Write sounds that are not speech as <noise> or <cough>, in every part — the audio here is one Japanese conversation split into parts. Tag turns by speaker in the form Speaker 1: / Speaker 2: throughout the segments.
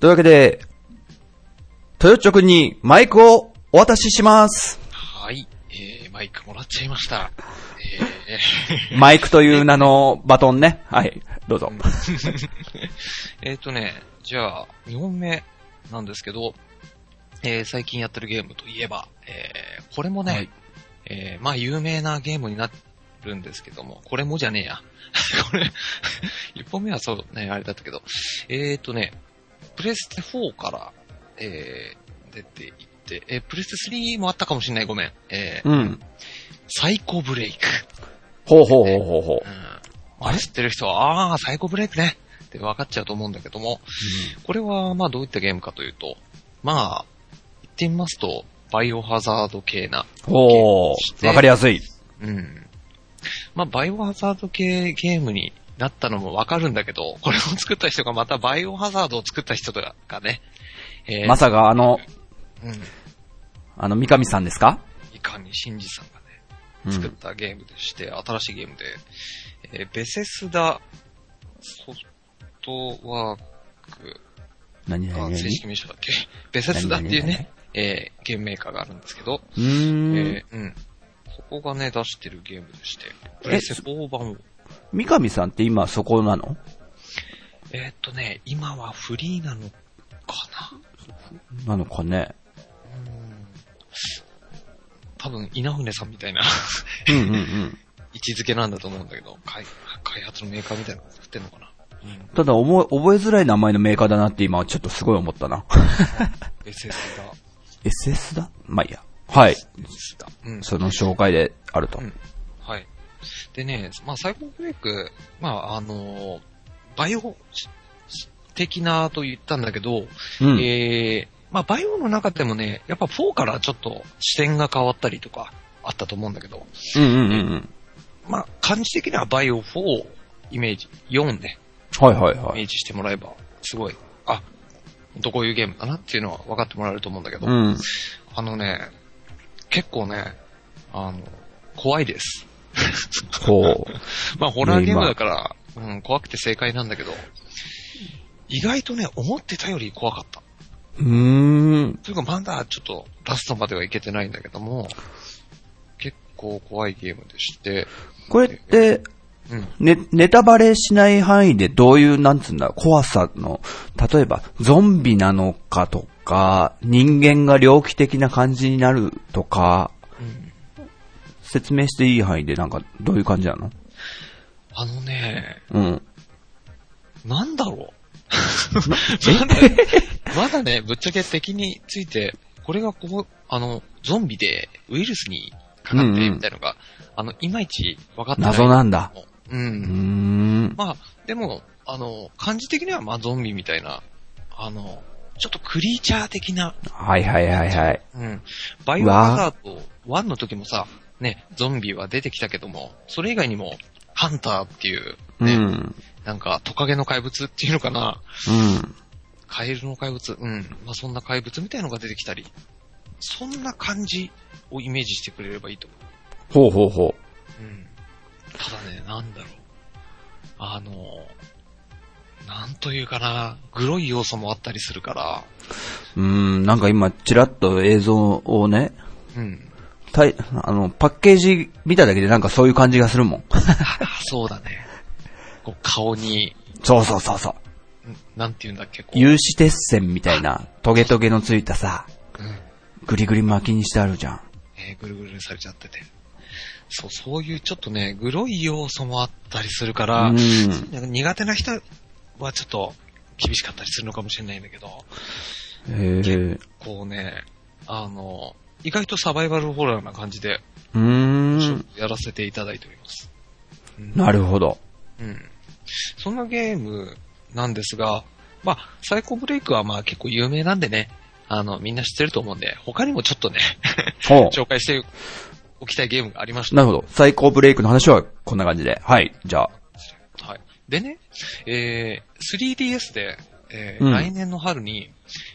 Speaker 1: というわけで、トヨッチョくんにマイクをお渡しします。
Speaker 2: はい。えー、マイクもらっちゃいました。え
Speaker 1: マイクという名のバトンね。はい、どうぞ。 <laughs>
Speaker 2: ー、えーとね、じゃあ、2本目なんですけど、えー、最近やってるゲームといえば、えー、これもね、
Speaker 1: はい
Speaker 2: えー、まあ有名なゲームになるんですけども、これもじゃねえや。 <laughs> これ、1本目はそうね、あれだったけど、えーとね、プレステ4から、えー、出ていって、えー、プレステ3もあったかもしんない、ごめん。えー、
Speaker 1: うん。
Speaker 2: サイコブレイク。
Speaker 1: ほうほうほうほうほう
Speaker 2: う。ん。まあ、知ってる人は、ああ、サイコブレイクね。って分かっちゃうと思うんだけども、これは、まあ、どういったゲームかというと、まあ、言ってみますと、バイオハザード系な、
Speaker 1: ほう、わかりやすい。
Speaker 2: うん。まあ、バイオハザード系ゲームになったのも分かるんだけど、これを作った人がまたバイオハザードを作った人がね、えー
Speaker 1: まさかあの、
Speaker 2: うん。
Speaker 1: あの、三上さんですか
Speaker 2: いかに真司さんがね、
Speaker 1: う
Speaker 2: 作っ
Speaker 1: ん。
Speaker 2: たゲームでして、新しいゲームで、えーベセスダソフトワーク、
Speaker 1: 何
Speaker 2: あ
Speaker 1: 々
Speaker 2: 正式
Speaker 1: 何
Speaker 2: 名称だっけ <laughs> ベセスダっていうね、えーゲームメーカーがあるんですけど、
Speaker 1: うーん。
Speaker 2: えーうん。そこがね、出してるゲームでして、プ
Speaker 1: え
Speaker 2: レス4版を。
Speaker 1: 三上さんって今そこなの
Speaker 2: えーっとね、今はフリーなのか
Speaker 1: なのかね。
Speaker 2: なうん。多分、稲船さんみたいな <laughs>
Speaker 1: うんうんうん。
Speaker 2: 位置づけなんだと思うんだけど、開開発のメーカーみたいなの作ってんのかなうん。
Speaker 1: ただ、思い、覚えづらい名前のメーカーだなって今、ちょっとすごい思ったな。
Speaker 2: ベセスダ
Speaker 1: SS だまあ、いいや。はい。
Speaker 2: ですだ。うん。
Speaker 1: その紹介であると。
Speaker 2: うんはい。でね、まあ、サイコンブレイク、まあ、あの、バイオ的なと言ったんだけど、
Speaker 1: うん。
Speaker 2: えー、まあ、バイオの中でもね、やっぱ4からちょっと視点が変わったりとかあったと思うんだけど、
Speaker 1: うんうんうんうん。
Speaker 2: まあ、感じ的にはバイオ4をイメージ、4ね、
Speaker 1: はいはい
Speaker 2: イ
Speaker 1: は
Speaker 2: メ
Speaker 1: い。
Speaker 2: ージしてもらえば、すごい、あ、ほんとこういうゲームだなっていうのは分かってもらえると思うんだけど、
Speaker 1: うん。
Speaker 2: あのね、結構ね、あの、怖いです。
Speaker 1: ほう。
Speaker 2: <laughs> まあ、ホラーゲームだから、うん、怖くて正解なんだけど、意外とね、思ってたより怖かった。
Speaker 1: うーん。
Speaker 2: というか、まだちょっとラストまではいけてないんだけども、結構怖いゲームでして、
Speaker 1: これって、
Speaker 2: うん。
Speaker 1: ね、ネタバレしない範囲でどういう、なんつうんだ、怖さの、例えば、ゾンビなのかとか、人間が猟奇的な感じになるとか、
Speaker 2: うん
Speaker 1: 説明していい範囲でなんか、どういう感じなの
Speaker 2: あのね、
Speaker 1: うん。
Speaker 2: なんだろ
Speaker 1: <laughs>
Speaker 2: う。まだね、まだね、ぶっちゃけ敵について、これがこう、あの、ゾンビでウイルスにかかって、みたいなのが、あの、いまいち分かってない。
Speaker 1: 謎なんだ。う
Speaker 2: う
Speaker 1: んー。ん。
Speaker 2: まあ、でも、あの、感じ的には、まあ、ゾンビみたいな、あの、ちょっとクリーチャー的な、
Speaker 1: はいはいはいはい。
Speaker 2: うん。バイオハザード1の時もさ、ね、ゾンビは出てきたけども、それ以外にも、ハンターっていう、
Speaker 1: うん。
Speaker 2: ね、
Speaker 1: うん。
Speaker 2: なんか、トカゲの怪物っていうのかな、カエルの怪物、うん。まあ、そんな怪物みたいのが出てきたり、そんな感じをイメージしてくれればいいと思う。
Speaker 1: ほうほうほ
Speaker 2: うん。ただね、なんだろう。あの、なんというかな、グロい要素もあったりするから、
Speaker 1: う。うーん、なんか今、ちらっと映像をね、
Speaker 2: うん。
Speaker 1: たい、あの、パッケージ見ただけでなんかそういう感じがするもん。
Speaker 2: あそうだね。こう、顔に、
Speaker 1: そうそうそうそう。
Speaker 2: んなんていうんだっけ、こう。
Speaker 1: 有刺鉄線みたいな、トゲトゲのついたさ、
Speaker 2: うん
Speaker 1: ぐりぐり巻きにしてあるじゃん。
Speaker 2: えーぐるぐるされちゃってて。そう、そういうちょっとね、グロい要素もあったりするから、
Speaker 1: うん。
Speaker 2: なんか苦手な人はちょっと厳しかったりするのかもしれないんだけど、
Speaker 1: へえ。
Speaker 2: こうね、あの、意外とサバイバルホラーな感じで、
Speaker 1: うーん。
Speaker 2: やらせていただいております。
Speaker 1: なるほど。
Speaker 2: うん。そんなゲームなんですが、まあ、サイコブレイクはまあ結構有名なんでね、あの、みんな知ってると思うんで、他にもちょっ
Speaker 1: <laughs>
Speaker 2: とね、
Speaker 1: ほう。
Speaker 2: 紹介しておきたいゲームがありました。
Speaker 1: なるほど。最高ブレイクの話はこんな感じで。はい。じゃあ。
Speaker 2: はい。でね、えー、3DS で、えー
Speaker 1: うん
Speaker 2: 来年の春に、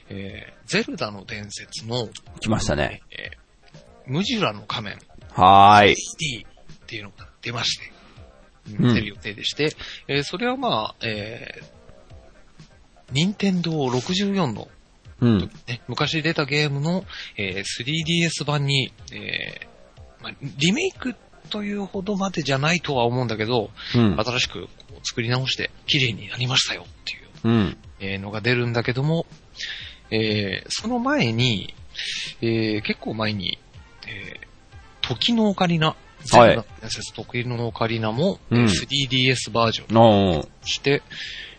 Speaker 2: えー、ゼルダの伝説の、
Speaker 1: 来ましたね。
Speaker 2: えー、ムジュラの仮面、
Speaker 1: はーい。
Speaker 2: D っていうのが出まして、
Speaker 1: うん
Speaker 2: 出る予定でして、えーそれはまあ、え任天堂64の、
Speaker 1: うん。
Speaker 2: ね、昔出たゲームの、えー 3DS 版に、えーまあリメイクというほどまでじゃないとは思うんだけど、
Speaker 1: うん。
Speaker 2: 新しくこう作り直して綺麗になりましたよっていう
Speaker 1: うん。
Speaker 2: えーのが出るんだけども、えーその前に、えー結構前に、えー時のオカリナ、ゼルダの伝説時のオカリナも、
Speaker 1: うん
Speaker 2: 3DS バージョン
Speaker 1: おー
Speaker 2: して、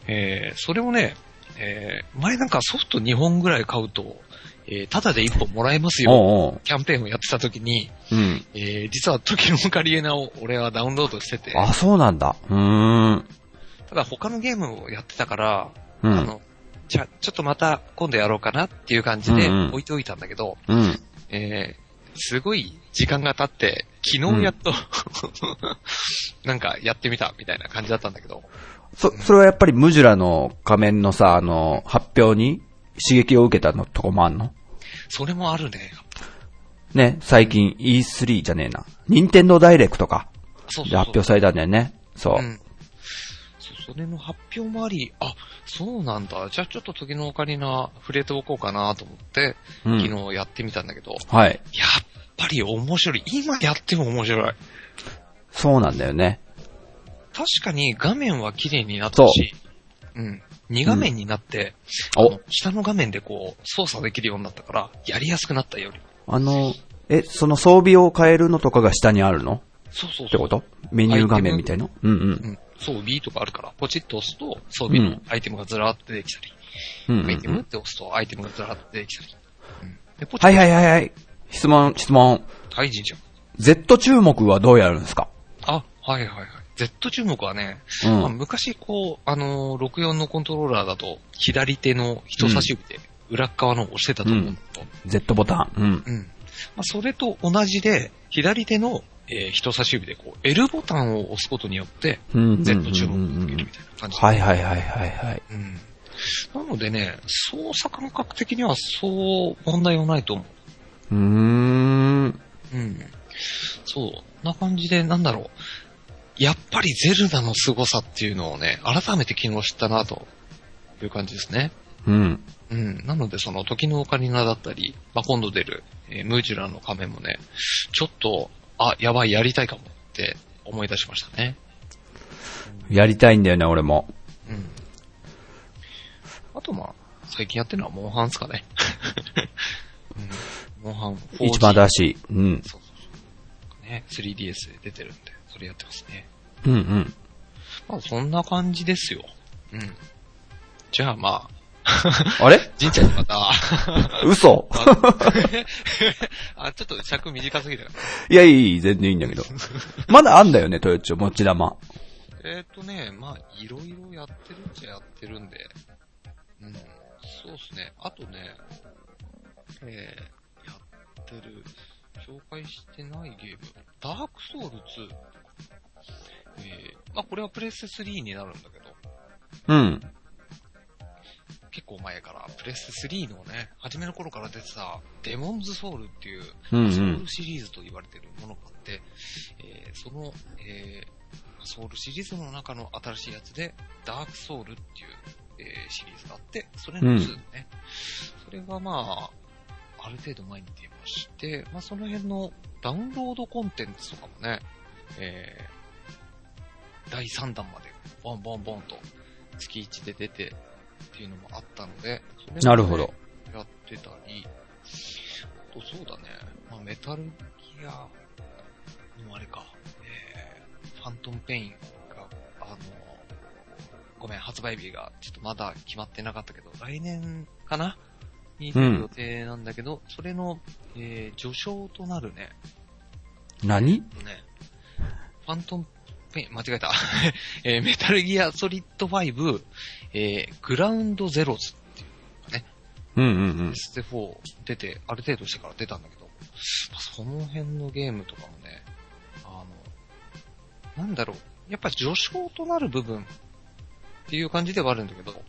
Speaker 2: えーそれをね、えー前なんかソフト2本ぐらい買うと、えータダで1本もらえますよ、
Speaker 1: おうおう
Speaker 2: キャンペーンをやってた時に、
Speaker 1: うん。
Speaker 2: えー実は時のオカリナを俺はダウンロードしてて、
Speaker 1: あ、そうなんだ。うーん。
Speaker 2: ただ他のゲームをやってたから、
Speaker 1: う
Speaker 2: あ
Speaker 1: ん。
Speaker 2: の、じゃ、ちょっとまた今度やろうかなっていう感じで
Speaker 1: うんうん
Speaker 2: 置いておいたんだけど、
Speaker 1: うん。
Speaker 2: えー、すごい時間が経って、昨日やっと、 <laughs> なんかやってみたみたいな感じだったんだけど、
Speaker 1: そ、それはやっぱりムジュラの仮面のさ、あの、発表に刺激を受けたのとこもあんの
Speaker 2: それもあるね。
Speaker 1: ね、最近 E3 じゃねえな。任天堂ダイレクトか。
Speaker 2: そうそう
Speaker 1: で
Speaker 2: そう
Speaker 1: 発表されたんだよね。そう
Speaker 2: う。ん。そそれの発表もあり、あ、そうなんだ。じゃあちょっと時のオカリナ触れておこうかなと思って、
Speaker 1: うん
Speaker 2: 昨日やってみたんだけど、
Speaker 1: はい。
Speaker 2: やっぱり面白い。今やっても面白い。
Speaker 1: そうなんだよね。
Speaker 2: 確かに画面は綺麗になったし、うん。2画面になって、
Speaker 1: うん
Speaker 2: あの下の画面でこう、操作できるようになったから、やりやすくなったより。
Speaker 1: あの、え、その装備を変えるのとかが下にあるの
Speaker 2: そうそうそう。
Speaker 1: ってことメニュー画面みたいなうんうん。
Speaker 2: うん。そう、B とかあるから、ポチッと押すと、装備のアイテムがずらーって出てきたり、
Speaker 1: うんうんう
Speaker 2: アイテムっ
Speaker 1: ん。
Speaker 2: て押すと、アイテムがずらーって出てきたり。うん。で、ポチッと
Speaker 1: はいはいはいはい。質問、質問。
Speaker 2: はい、じいちゃん。
Speaker 1: Z 注目はどうやるんですか
Speaker 2: あ、はいはいはい。Z 注目はね、
Speaker 1: う
Speaker 2: まあ
Speaker 1: ん。
Speaker 2: 昔こう、あのー64のコントローラーだと、左手の人差し指で裏っ側のを押してたと思うんだけど、
Speaker 1: Z ボタン。
Speaker 2: うん。まあ、それと同じで、左手の、えー人差し指でこう、L ボタンを押すことによって、
Speaker 1: うん。うん。
Speaker 2: Z 注目
Speaker 1: うんうん
Speaker 2: が
Speaker 1: う
Speaker 2: できるみ
Speaker 1: ん
Speaker 2: たいな感じ。
Speaker 1: はいはいはいはいはい。
Speaker 2: うん。なのでね、操作感覚的にはそう問題はないと思
Speaker 1: うーん。
Speaker 2: う。うん。そう。こんな感じで、なんだろう。やっぱりゼルダの凄さっていうのをね、改めて昨日知ったなという感じですね。
Speaker 1: うん。
Speaker 2: うん。なので、その、時のオカリナだったり、まあ、今度出る、えームージュラの仮面もね、ちょっと、あ、やばい、やりたいかもって思い出しましたね。
Speaker 1: やりたいんだよね、俺も。
Speaker 2: うん。あと、まあ、最近やってるのはモンハンですかね。 <laughs> うん、モンハン 4G
Speaker 1: 一番新しい。うん。
Speaker 2: そうそうそう。ね、3DS で出てるんで、それやってますね。
Speaker 1: うんうん。
Speaker 2: まあ、そんな感じですよ。うん。じゃあ、まあ、
Speaker 1: あれ
Speaker 2: じいちゃんにまた、
Speaker 1: 嘘
Speaker 2: <laughs> あ、ちょっと尺短すぎたかない
Speaker 1: や、いい、全然いいんだけど。まだあんだよね、トヨッチョ、持ち玉。
Speaker 2: えっ、ー、とね、まあ、いろいろやってるっちゃやってるんで、うん、そうですね。あとね、えー、やってる、紹介してないゲーム、ダークソウル2。えー、まあ、これはプレステ3になるんだけど、
Speaker 1: うん。
Speaker 2: 結構前から、プレステ3のね、初めの頃から出てた、デモンズソウルっていう、
Speaker 1: うんう
Speaker 2: ソウル
Speaker 1: ん。
Speaker 2: シリーズと言われているものがあって、えーその、えーソウルシリーズの中の新しいやつで、ダークソウルっていう、えーシリーズがあって、それの2ね。それがまあ、ある程度前に出まして、まあその辺のダウンロードコンテンツとかもね、えー第3弾までボンボンボンと月1で出てっていうのもあったので、それもね
Speaker 1: なるほど。
Speaker 2: やってたり、あとそうだね、まあ、メタルギアのあれか、えー、ファントムペインが、あの、ごめん、発売日がちょっとまだ決まってなかったけど、来年かなに出る予定なんだけど、それの、えー、序章となるね、
Speaker 1: 何
Speaker 2: ね、ファントムペイン、間違えた。 <laughs> えーメタルギアソリッド5、えー、グラウンドゼロズ
Speaker 1: うんうんうん。
Speaker 2: ST4 出て、ある程度してから出たんだけど、まあその辺のゲームとかもね、あの、なんだろう、やっぱ序章となる部分っていう感じではあるんだけど、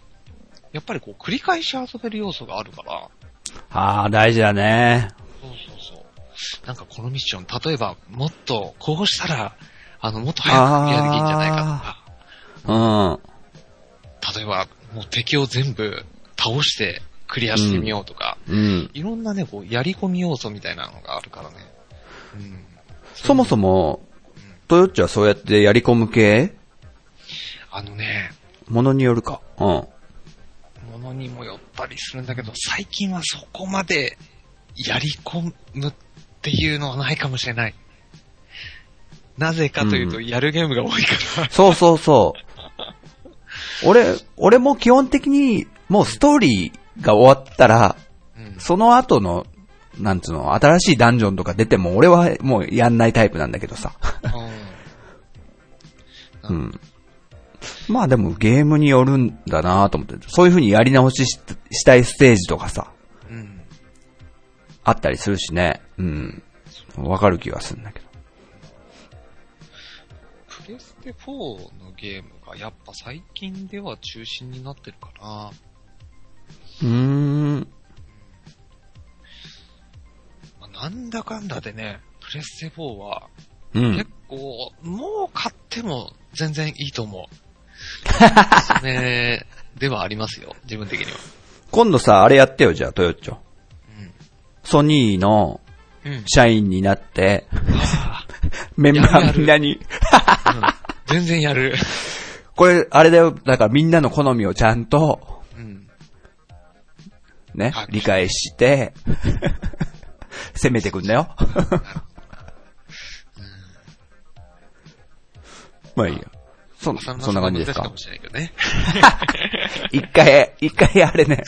Speaker 2: やっぱりこう繰り返し遊べる要素があるから、
Speaker 1: ああ、大事だね。
Speaker 2: そうそうそう。なんかこのミッション、例えばもっとこうしたら、あの、もっと早くクリアできるんじゃないか
Speaker 1: うん。
Speaker 2: とか、例えばもう敵を全部倒してクリアしてみようとか、
Speaker 1: うん。
Speaker 2: いろんなね、こう、やり込み要素みたいなのがあるからね。うん。
Speaker 1: そもそも、トヨッチはそうやってやり込む系
Speaker 2: あのね、
Speaker 1: ものによるか。うん。
Speaker 2: ものにもよったりするんだけど、最近はそこまでやり込むっていうのはないかもしれない。なぜかというと、
Speaker 1: う
Speaker 2: やるゲームが多いから。
Speaker 1: そうそうそう。俺、俺も基本的に、もうストーリーが終わったら、
Speaker 2: うん
Speaker 1: その後の、なんつうの、新しいダンジョンとか出ても、俺はもうやんないタイプなんだけどさ。
Speaker 2: う。
Speaker 1: うんん。まあでもゲームによるんだなと思って、そういう風にやり直しししたいステージとかさ、
Speaker 2: うん。
Speaker 1: あったりするしね。うん。わかる気がするんだけど。
Speaker 2: プレステ4のゲームがやっぱ最近では中心になってるかな。
Speaker 1: うーん。
Speaker 2: まあなんだかんだでね、プレステ4は
Speaker 1: う
Speaker 2: 結
Speaker 1: ん。
Speaker 2: 構、もう買っても全然いいと思う。それではありますよ、 <laughs> 自分的には。
Speaker 1: 今度さ、あれやってよ、じゃあ、トヨッチョ。ソニーの
Speaker 2: うん。うん。
Speaker 1: 社員にな <laughs> って、
Speaker 2: あ
Speaker 1: メンバ
Speaker 2: や
Speaker 1: ー
Speaker 2: る
Speaker 1: みんなに、
Speaker 2: ーうん全然やる。
Speaker 1: これ、あれだよ、だからみんなの好みをちゃんと、
Speaker 2: うん。
Speaker 1: ね
Speaker 2: はい、
Speaker 1: 理解して、攻めてくんだよ。まあいいよ。そん
Speaker 2: 浅
Speaker 1: <laughs>
Speaker 2: 沼
Speaker 1: そんな感じです
Speaker 2: さんは難しい
Speaker 1: か
Speaker 2: かも。しれないけどね。
Speaker 1: 一回、一回あれね、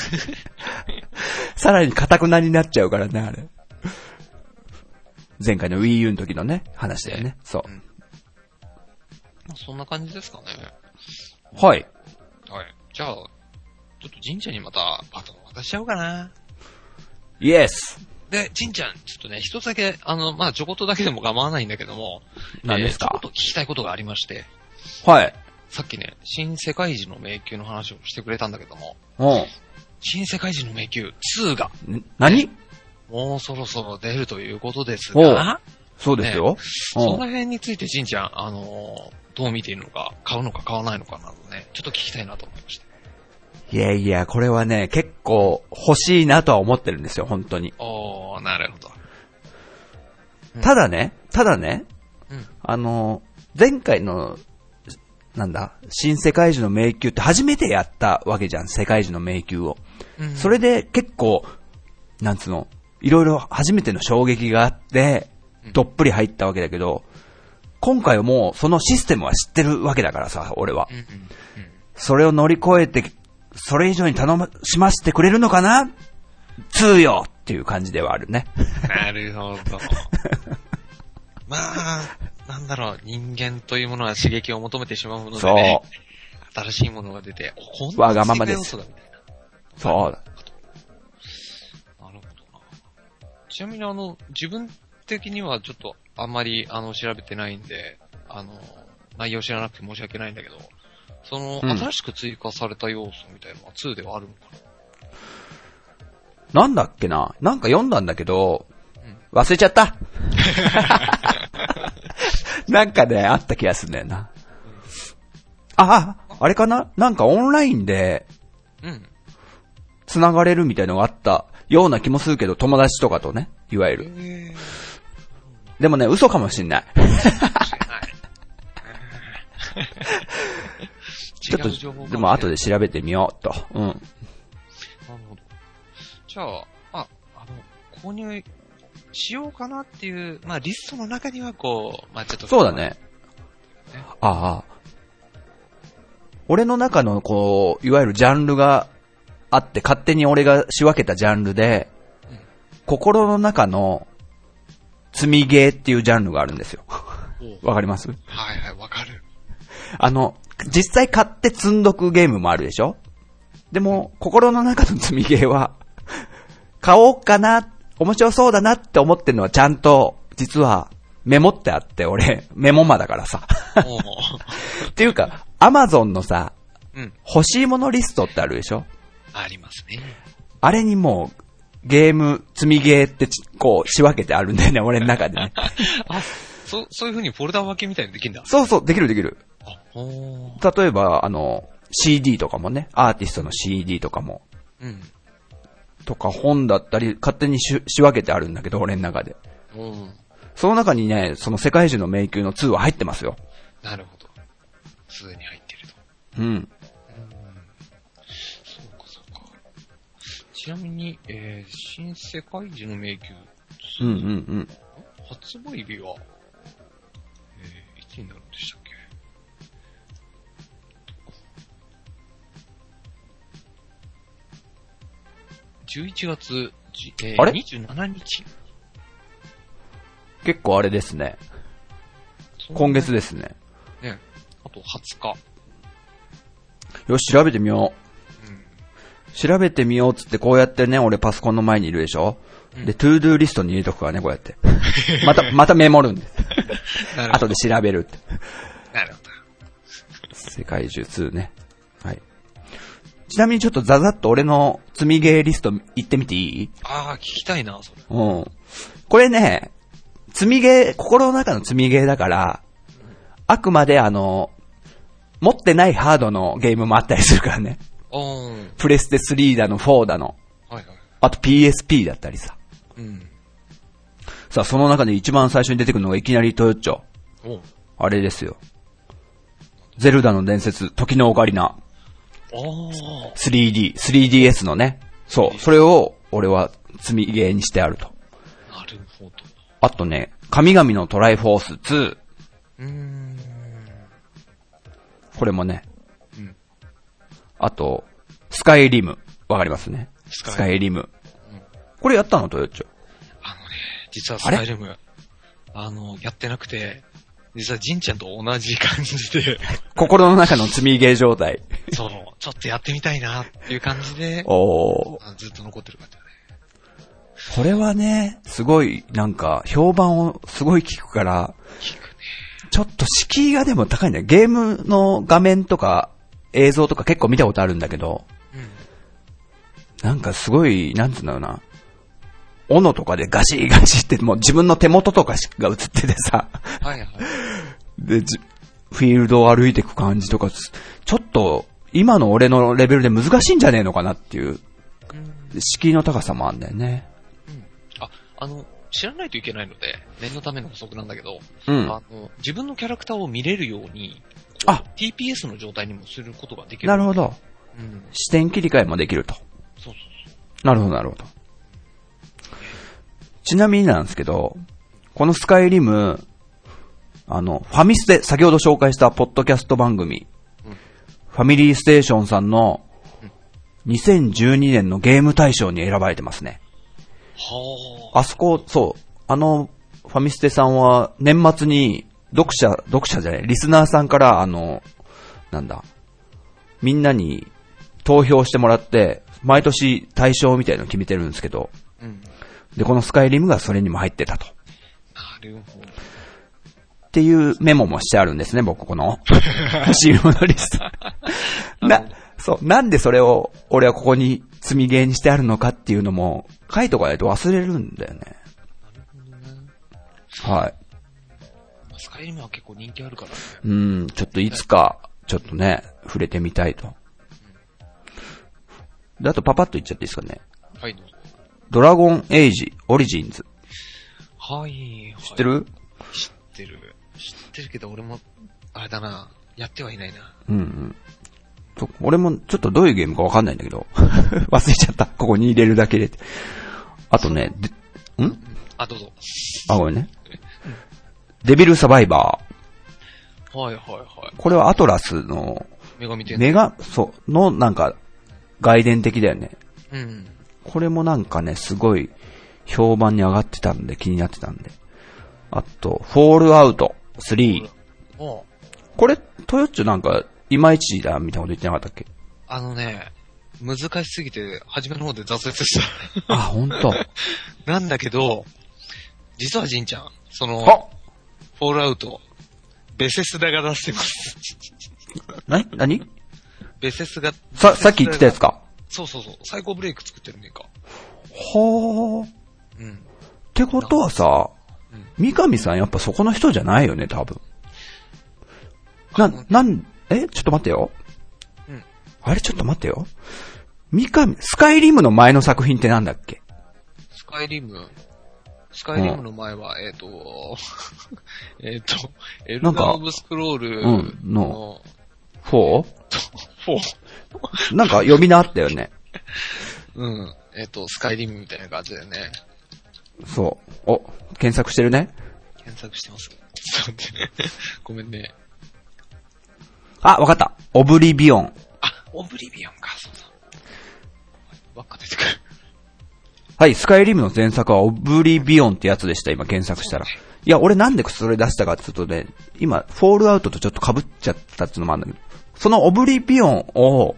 Speaker 1: さらに固くなになっちゃうからね、あれ。前回の Wii U の時のね、話だよね。そ
Speaker 2: うんまあそんな感じですかね。
Speaker 1: う。はい。
Speaker 2: はい。じゃあ、ちょっと神社にまたバトン渡しちゃおうかな。
Speaker 1: イエス
Speaker 2: で、神ちゃん、ちょっとね、一つだけ、あの、まあ、ちょこっとだけでも構わないんだけども、
Speaker 1: 何ですか
Speaker 2: えーちょっと聞きたいことがありまして、
Speaker 1: はい。
Speaker 2: さっきね、新世界時の迷宮の話をしてくれたんだけども、
Speaker 1: お
Speaker 2: 新世界時の迷宮2が、
Speaker 1: うん。何
Speaker 2: もうそろそろ出るということです
Speaker 1: お
Speaker 2: が
Speaker 1: う、そうですよ。
Speaker 2: その
Speaker 1: おう
Speaker 2: 辺について、じんちゃん、あのーどう見ているのか、買うのか買わないのかなどね、ちょっと聞きたいなと思いまして。
Speaker 1: いやいや、これはね、結構欲しいなとは思ってるんですよ、本当に。
Speaker 2: おー、なるほど。
Speaker 1: ただね、ただね、
Speaker 2: うん。
Speaker 1: あの、前回の、なんだ、新世界中の迷宮って初めてやったわけじゃん、世界中の迷宮を。
Speaker 2: うん
Speaker 1: それで結構、なんつうの、いろいろ初めての衝撃があって、どっぷり入ったわけだけど、今回はもうそのシステムは知ってるわけだからさ、俺は
Speaker 2: うん。うんうん
Speaker 1: それを乗り越えて、それ以上に頼ましましてくれるのかな通よっていう感じではあるね。
Speaker 2: なるほど。 <laughs> まあ、なんだろう、人間というものは刺激を求めてしまうもので、ね
Speaker 1: そ、
Speaker 2: 新しいものが出て、おこんな
Speaker 1: わがままです
Speaker 2: 追加要素だみたいな
Speaker 1: う。そう。
Speaker 2: なるほどな。ちなみにあの、自分的にはちょっとあんまりあの、調べてないんで、あの、内容知らなくて申し訳ないんだけど、その、
Speaker 1: うん
Speaker 2: 新しく追加された要素みたいなのは2ではあるのか
Speaker 1: なんだっけななんか読んだんだけど
Speaker 2: うん、
Speaker 1: 忘れちゃった <laughs> なんかね、あった気がするんだよな。あ、ああれかななんかオンラインで
Speaker 2: なうん。
Speaker 1: 繋がれるみたいのがあったような気もするけど、友達とかとね、いわゆる。
Speaker 2: えー、
Speaker 1: でもね、嘘かもしんない。
Speaker 2: 知
Speaker 1: ちょ
Speaker 2: らない。
Speaker 1: っと、
Speaker 2: 違う情報かもしれない
Speaker 1: でも後で調べてみようと。うん。
Speaker 2: なるほど。じゃあ、あ、あの、購入しようかなっていう、まあリストの中にはこう、まあちょっと。
Speaker 1: そうだ。ね。ああ。俺の中の、こう、いわゆるジャンルがあって、勝手に俺が仕分けたジャンルで、
Speaker 2: うん
Speaker 1: 心の中の、積みゲーっていうジャンルがあるんですよ。 <laughs>
Speaker 2: お
Speaker 1: わかります
Speaker 2: はいはい、わか
Speaker 1: <laughs>
Speaker 2: る。
Speaker 1: あの、実際買って積んどくゲームもあるでしょでも、心の中の積みゲーは、 <laughs> 買おうかな、面白そうだなって思ってるのはちゃんと、実は、メモってあって、俺、メモマだからさ。
Speaker 2: おー
Speaker 1: っていうか、アマゾンのさ、
Speaker 2: うん、
Speaker 1: 欲しいものリストってあるでしょ
Speaker 2: ありますね。
Speaker 1: あれにもう、ゲーム、積みゲーってち、こう、仕分けてあるんだよね、俺の中でね。
Speaker 2: あ、そう、そういう風にフォルダ分けみたいにできるんだ。
Speaker 1: そうそう、できるできる。
Speaker 2: あ、おー
Speaker 1: 例えば、あの、 CD とかもね、アーティストの CD とかも、
Speaker 2: うん。
Speaker 1: とか本だったり、勝手にし仕分けてあるんだけど、俺の中で。
Speaker 2: うん。
Speaker 1: その中にね、その世界中の迷宮の2は入ってますよ。
Speaker 2: なるほど。すでに入ってると。
Speaker 1: うん。
Speaker 2: そうか、そうか。ちなみに、えー、新世界樹の迷宮、
Speaker 1: うんうんうん。
Speaker 2: 発売日は、えー、いつになるんでしたっけ11月じ、えー、
Speaker 1: あれ
Speaker 2: 27日
Speaker 1: 結構あれですね。今月ですね。
Speaker 2: ね。あと20日。
Speaker 1: よし、調べてみよう。
Speaker 2: うん。
Speaker 1: 調べてみようっつってこうやってね、俺パソコンの前にいるでしょ
Speaker 2: うん
Speaker 1: で、トゥードゥーリストに入れとくからね、こうや
Speaker 2: <laughs>
Speaker 1: って。また、またメモるんです。
Speaker 2: なるほ
Speaker 1: 後
Speaker 2: ど。
Speaker 1: で調べるって。
Speaker 2: なるほど。
Speaker 1: 世界中2ね。はい。ちなみにちょっとザザッと俺の積みゲーリスト行ってみていい
Speaker 2: ああ、聞きたいな、それ。
Speaker 1: うん。これね、積みゲー、心の中の積みゲーだから、あくまであの、持ってないハードのゲームもあったりするからね。
Speaker 2: おーん。
Speaker 1: プレステ3だの、4だの、
Speaker 2: はいはい。
Speaker 1: あと PSP だったりさ。
Speaker 2: うん。
Speaker 1: さあ、その中で一番最初に出てくるのがいきなりトヨッチョ。
Speaker 2: おう
Speaker 1: あれですよ。ゼルダの伝説、時のオカリナ、
Speaker 2: あ
Speaker 1: 3D、3DS のね。そう、それを俺は積みゲーにしてあると。
Speaker 2: あ、なるほど。
Speaker 1: あとね、神々のトライフォース2。
Speaker 2: うーん。
Speaker 1: これもね。
Speaker 2: うん
Speaker 1: あと、スカイリム。わかりますね。
Speaker 2: ス
Speaker 1: ス
Speaker 2: カ
Speaker 1: カ
Speaker 2: イ
Speaker 1: イリム。これやったのトヨッチョ。
Speaker 2: あのね、実はス
Speaker 1: あれ
Speaker 2: カイルーム、あの、やってなくて、実はジンちゃんと同じ感じ
Speaker 1: <laughs>
Speaker 2: で、
Speaker 1: 心の中の積みゲー状
Speaker 2: <laughs>
Speaker 1: 態。
Speaker 2: その、ちょっとやってみたいなっていう感じで、
Speaker 1: おー。
Speaker 2: あずっと残ってる感じだね。
Speaker 1: これはね、すごい、なんか、評判をすごい聞くから、
Speaker 2: 聞くね。
Speaker 1: ちょっと敷居がでも高いんだよ。ゲームの画面とか映像とか結構見たことあるんだけど、
Speaker 2: うん。
Speaker 1: なんかすごい、なんつうんだろうな。斧とかでガシガシって、もう自分の手元とかしが映っててさ、
Speaker 2: はいはい。
Speaker 1: で、じフィールドを歩いていく感じとか、すちょっと、今の俺のレベルで難しいんじゃねえのかなっていう、
Speaker 2: うん。
Speaker 1: 敷居の高さもあんだよね。
Speaker 2: あ、あの、知らないといけないので、念のための補足なんだけど、
Speaker 1: うん。
Speaker 2: あの、自分のキャラクターを見れるように、
Speaker 1: あ
Speaker 2: TPS の状態にもすることができる。
Speaker 1: なるほ。ど。
Speaker 2: うん。
Speaker 1: 視点切り替えもできると。
Speaker 2: そうそうそう。
Speaker 1: なるほど、なるほど。ちなみになんですけど、このスカイリム、あの、ファミステ、先ほど紹介したポッドキャスト番組、
Speaker 2: うん
Speaker 1: ファミリーステーションさんの
Speaker 2: うん
Speaker 1: 2012年のゲーム大賞に選ばれてますね。
Speaker 2: はあ。
Speaker 1: あそこ、そう、あの、ファミステさんは年末に読者、読者じゃない、リスナーさんから、あの、なんだ、みんなに投票してもらって、毎年大賞みたいの決めてるんですけど、
Speaker 2: うん。
Speaker 1: で、このスカイリムがそれにも入ってたと。
Speaker 2: なるほど。
Speaker 1: っていうメモもしてあるんですね、僕、この、欲しいものリスト。な、そう、なんでそれを、俺はここに積みゲーにしてあるのかっていうのも、書いとかないと忘れるんだよね。はい。
Speaker 2: まあスカイリムは結構人気あるからね。
Speaker 1: うん、ちょっといつか、ちょっとね、触れてみたいと。で、あとパパッと言っちゃっていいですかね。
Speaker 2: はい、どうぞ。
Speaker 1: ドラゴンエイジ、オリジンズ。
Speaker 2: はい、
Speaker 1: 知ってる
Speaker 2: 知ってる。知ってるけど、俺も、あれだな、やってはいないな。
Speaker 1: うんうん。そう俺もちょっとどういうゲームかわかんないんだけど。 <laughs> 忘れちゃった。ここに入れるだけ入れて。あとね、でん
Speaker 2: あ、どうぞ。
Speaker 1: あ、ごめんね。デビルサバイバー。
Speaker 2: はい、はい、は
Speaker 1: これはアトラスの、
Speaker 2: い。女神転
Speaker 1: メガ、そう、のなんか、外伝的だよね。
Speaker 2: うん。
Speaker 1: これもなんかね、すごい評判に上がってたんで、気になってたんで。あと、フォールアウト3。
Speaker 2: も
Speaker 1: これ、トヨッチョなんか、いまいちだ、みたいなこと言ってなかったっけ
Speaker 2: う、あのね、難しすぎて、初めの方で挫折し
Speaker 1: <laughs> あ、ほんと。
Speaker 2: た。なんだけど、実はじんちゃん、その、
Speaker 1: あ
Speaker 2: フォールアウト、ベセスダが出してます。
Speaker 1: なになに
Speaker 2: ベセスが、
Speaker 1: さ、さっき言ってたやつ
Speaker 2: か。
Speaker 1: か。
Speaker 2: そうそうそう、最高ブレイク作ってるメーカー。
Speaker 1: ほー。っ
Speaker 2: うん。
Speaker 1: てことはさ、三上さんやっぱそこの人じゃないよね、多分。な、なん、えちょっと待ってよ。
Speaker 2: うん
Speaker 1: あれちょっと待ってよ。三上、スカイリムの前の作品ってなんだっけ
Speaker 2: スカイリム、スカイリムの前は、えっ、と、 <laughs> えっと、エル
Speaker 1: な
Speaker 2: ダ
Speaker 1: んか
Speaker 2: ーオブスクロール
Speaker 1: うん
Speaker 2: の
Speaker 1: の、?4?
Speaker 2: 4、
Speaker 1: なんか呼び名あったよね。
Speaker 2: うん、えっ、と、スカイリムみたいな感じだよね。
Speaker 1: そう。お、検索してるね。
Speaker 2: 検索してます。ちょっと待って <laughs> ね。ごめんね。
Speaker 1: あ、わかった。オブリビオン。
Speaker 2: あ、オブリビオンか、そうだ。ばっか出てくる。
Speaker 1: はい、スカイリムの前作はオブリビオンってやつでした、今検索したら。いや、俺なんでそれ出したかって言うとね、今、フォールアウトとちょっと被っちゃったっていうのもあるんだけど、そのオブリビオンを、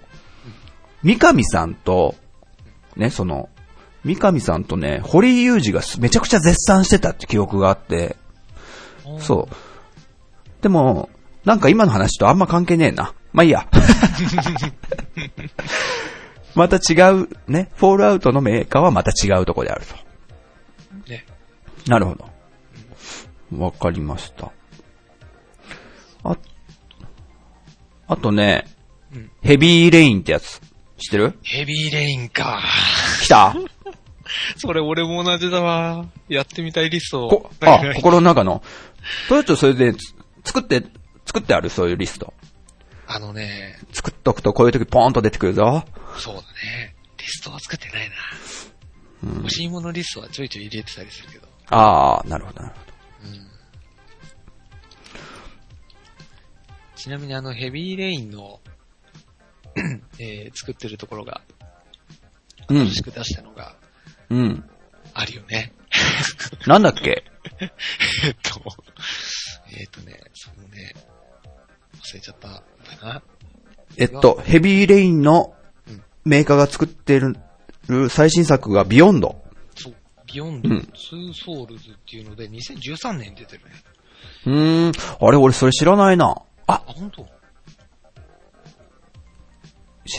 Speaker 1: 三上さんと、ね、その、三上さんとね、堀井雄二がすめちゃくちゃ絶賛してたって記憶があって、そう。でも、なんか今の話とあんま関係ねえな。まあいいや。また違う、ね、フォールアウトのメーカーはまた違うとこであると。
Speaker 2: う。ね。
Speaker 1: なるほど。わかりました。あ、あとね、
Speaker 2: うん
Speaker 1: ヘビーレインってやつ。知ってる
Speaker 2: ヘビーレインか。 <laughs>
Speaker 1: 来た
Speaker 2: それ俺も同じだわ。やってみたいリスト
Speaker 1: こ
Speaker 2: を。、
Speaker 1: あ、心の中の。それとそれでつ作って、作ってあるそういうリスト。
Speaker 2: あのね、
Speaker 1: 作っとくとこういう時ポーンと出てくるぞ。
Speaker 2: そうだね。リストは作ってないな。欲しいものリストはちょいちょい入れてたりするけど。
Speaker 1: ああ、なるほど、なるほど。
Speaker 2: うん。ちなみにあのヘビーレインの、えー作ってるところが、
Speaker 1: う
Speaker 2: 欲
Speaker 1: ん
Speaker 2: し、く出したのが、
Speaker 1: うん。
Speaker 2: あるよね。
Speaker 1: なんだっけ
Speaker 2: えっと、えっとね、そのね、忘れちゃったんだな。
Speaker 1: えっと、ヘビーレインの
Speaker 2: うん
Speaker 1: メーカーが作ってる最新作がビヨンド。
Speaker 2: そう、ビヨンド、
Speaker 1: うん
Speaker 2: ツーソウルズっていうので、2013年出てるね。
Speaker 1: うーん、あれ俺それ知らないな。あ
Speaker 2: あ、、本当。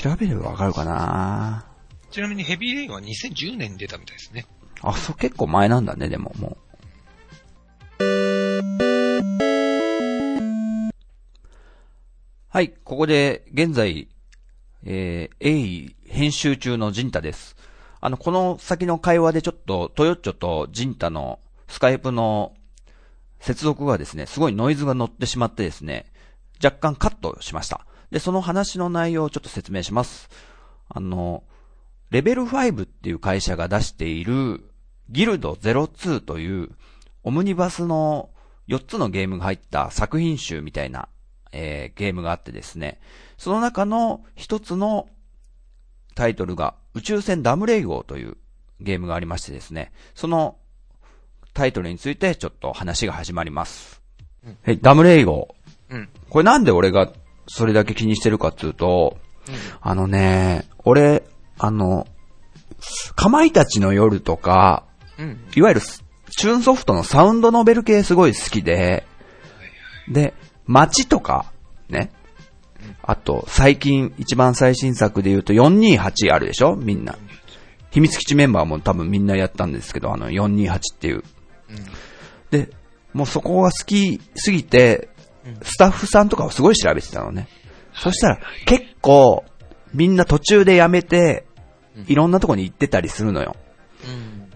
Speaker 1: 調べればわかるかな
Speaker 2: ちなみにヘビーレインは2010年に出たみたいですね。
Speaker 1: あ、そう結構前なんだね、でももう。はい、ここで現在、えー、鋭意編集中のジンタです。あの、この先の会話でちょっと、トヨッチョとジンタのスカイプの接続がですね、すごいノイズが乗ってしまってですね、若干カットしました。で、その話の内容をちょっと説明します。あの、レベル5っていう会社が出している、ギルド02という、オムニバスの4つのゲームが入った作品集みたいな、えーゲームがあってですね、その中の一つのタイトルが、宇宙船ダムレイ号というゲームがありましてですね、そのタイトルについてちょっと話が始まります。
Speaker 2: うん
Speaker 1: はい、ダムレイ号。
Speaker 2: うん。
Speaker 1: これなんで俺がそれだけ気にしてるかっていうと、あのね、俺、あの、かまいたちの夜とか、
Speaker 2: うん。うん。
Speaker 1: いわゆるスチューンソフトのサウンドノベル系すごい好きで、で、街とか、ね。あと、最近、一番最新作で言うと428あるでしょみんな。秘密基地メンバーも多分みんなやったんですけど、あの428っていう。で、もうそこが好きすぎて
Speaker 2: うん、
Speaker 1: スタッフさんとかをすごい調べてたのね。そしたら、結構、みんな途中でやめて
Speaker 2: うん、
Speaker 1: いろんなとこに行ってたりするのよ。
Speaker 2: うん。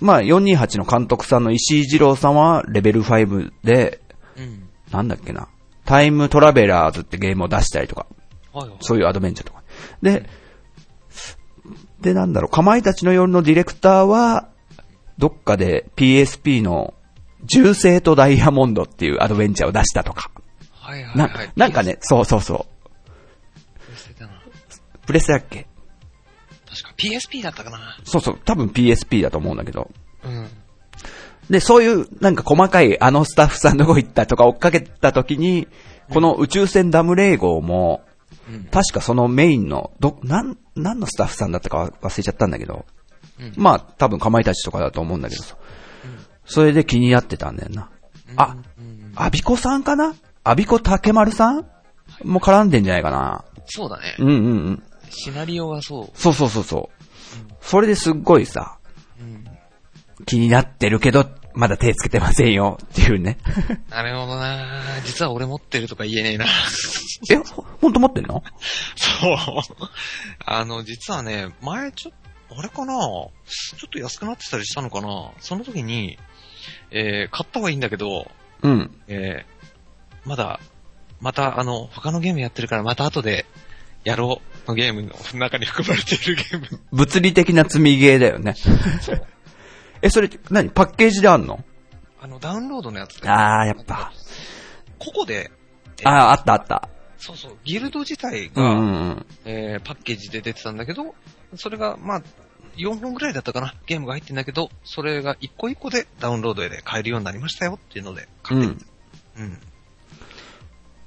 Speaker 1: まあ、428の監督さんの石井二郎さんは、レベル5で、
Speaker 2: うん。
Speaker 1: なんだっけな、タイムトラベラーズってゲームを出したりとか、
Speaker 2: はいはい。
Speaker 1: そういうアドベンチャーとか。で、で、なんだろう、かまいたちの夜のディレクターは、どっかで PSP の銃声とダイヤモンドっていうアドベンチャーを出したとか。
Speaker 2: はいはい
Speaker 1: な
Speaker 2: はい。
Speaker 1: なんかね、そうそうそう。
Speaker 2: 捨てたな。
Speaker 1: プレスだっけ
Speaker 2: 確か PSP だったかな。
Speaker 1: そうそう、多分 PSP だと思うんだけど。
Speaker 2: うん。
Speaker 1: で、そういう、なんか細かい、あのスタッフさんどこ行ったとか追っかけた時に、この宇宙船ダムレー号も、
Speaker 2: うん。
Speaker 1: 確かそのメインの、ど、なん、何のスタッフさんだったかわ忘れちゃったんだけど、
Speaker 2: うん
Speaker 1: まあ、多分かまいたちとかだと思うんだけどさ。それで気になってたんだよな。あ、
Speaker 2: うん。
Speaker 1: アビコさんかなアビコ竹丸さんも絡んでんじゃないかな。
Speaker 2: そうだね
Speaker 1: う。んうんうん。
Speaker 2: シナリオがそ
Speaker 1: そうそうそうそう。それですっごいさ、
Speaker 2: う。うん。
Speaker 1: 気になってるけど、まだ手つけてませんよっていう <laughs> ね。<laughs>
Speaker 2: なるほどな実は俺持ってるとか言えねえな
Speaker 1: え、ほほんと持ってんの
Speaker 2: そあの、実はね、前ちょっと、あれかなちょっと安くなってたりしたのかなその時に、えー買ったはいいんだけど、
Speaker 1: うん。
Speaker 2: えーまだ、またあの、他のゲームやってるからまた後でやろうのゲームの中に含まれているゲーム。
Speaker 1: 物理的な積みゲーだよね。
Speaker 2: そう。
Speaker 1: <laughs> え、それ、何パッケージであんの
Speaker 2: あの、ダウンロードのやつで。
Speaker 1: あー、やっぱ。
Speaker 2: ここで、えー
Speaker 1: あー、あったあった。
Speaker 2: そうそう、ギルド自体
Speaker 1: う
Speaker 2: が、
Speaker 1: んうんうん。
Speaker 2: えーパッケージで出てたんだけど、それが、まあ、4本ぐらいだったかな、ゲームが入ってんだけど、それが1個1個でダウンロードで買えるようになりましたよっていうので
Speaker 1: う
Speaker 2: 買ってみ
Speaker 1: ん
Speaker 2: た。。うん。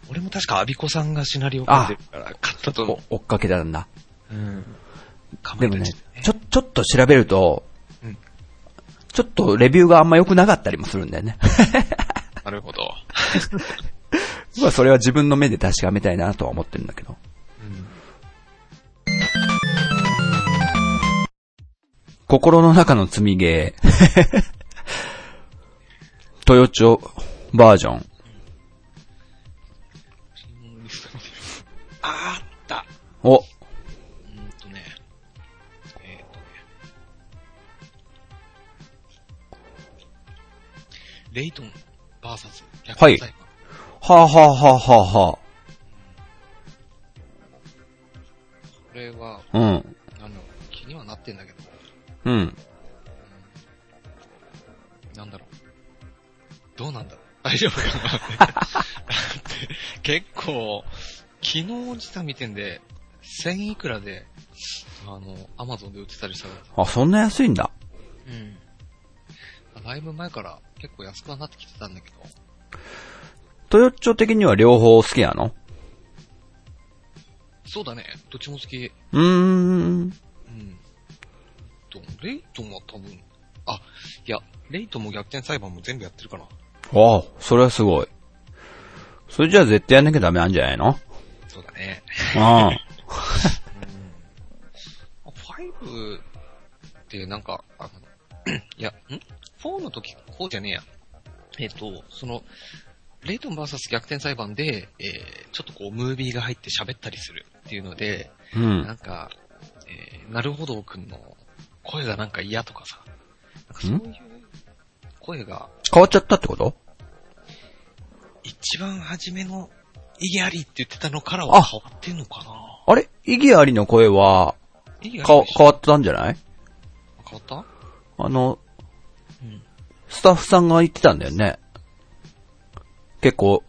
Speaker 2: 俺も確かアビコさんがシナリオ書いてるから買ったと思
Speaker 1: 追っかけたんだ。
Speaker 2: う。うん。かま
Speaker 1: で
Speaker 2: い
Speaker 1: も
Speaker 2: た
Speaker 1: ね
Speaker 2: ち、
Speaker 1: ちょ、ちょっと調べると
Speaker 2: うん、
Speaker 1: ちょっとレビューがあんま良くなかったりもするんだよ <laughs> ね。
Speaker 2: なるほど。
Speaker 1: まあそれは自分の目で確かめたいなとは思ってるんだけど。
Speaker 2: うん。
Speaker 1: 心の中の積みゲー。 <laughs> トヨチョバージョン。
Speaker 2: あーった。
Speaker 1: お、
Speaker 2: うーんとね。えーっとね。レイトン VS 逆
Speaker 1: はい
Speaker 2: 裁判
Speaker 1: はあ、はあはあはあは
Speaker 2: これは、
Speaker 1: あ、うん。
Speaker 2: あの、気にはなってんだけど、
Speaker 1: うん。
Speaker 2: なんだろう。どうなんだろう。大丈夫かなだって結構、昨日実は見てんで、1000いくらで、あの、アマゾンで売ってたりしたから、
Speaker 1: あ、そんな安いんだ。
Speaker 2: うん。だいぶ前から結構安くはなってきてたんだけど、
Speaker 1: トヨチョ的には両方好きなの
Speaker 2: そうだね、どっちも好き。
Speaker 1: うーん。
Speaker 2: うん。と、レイトンは多分、あ、いや、レイトンも逆転裁判も全部やってるかな。
Speaker 1: ああ、それはすごい。それじゃあ絶対やんなきゃダメなんじゃないの
Speaker 2: そうだね。
Speaker 1: うん。
Speaker 2: あ5ってなんか、あの、 <clears throat> いや、ん ?4 の時、こうじゃねえや。えっ、と、その、レイトン VS 逆転裁判で、えー、ちょっとこう、ムービーが入って喋ったりするっていうので、
Speaker 1: うん
Speaker 2: な。んか、えー、なるほどくんの声がなんか嫌とかさ、なんかそういう声が、
Speaker 1: 変わっちゃったってこと
Speaker 2: 一番初めの、意義ありって言ってたのから
Speaker 1: あ
Speaker 2: は変わってんのかな
Speaker 1: あれ意義ありの声は、
Speaker 2: 意義ありでし
Speaker 1: か、
Speaker 2: ょ
Speaker 1: 変わったんじゃない
Speaker 2: 変わった
Speaker 1: あの、
Speaker 2: うん。
Speaker 1: スタッフさんが言ってたんだよね。結構、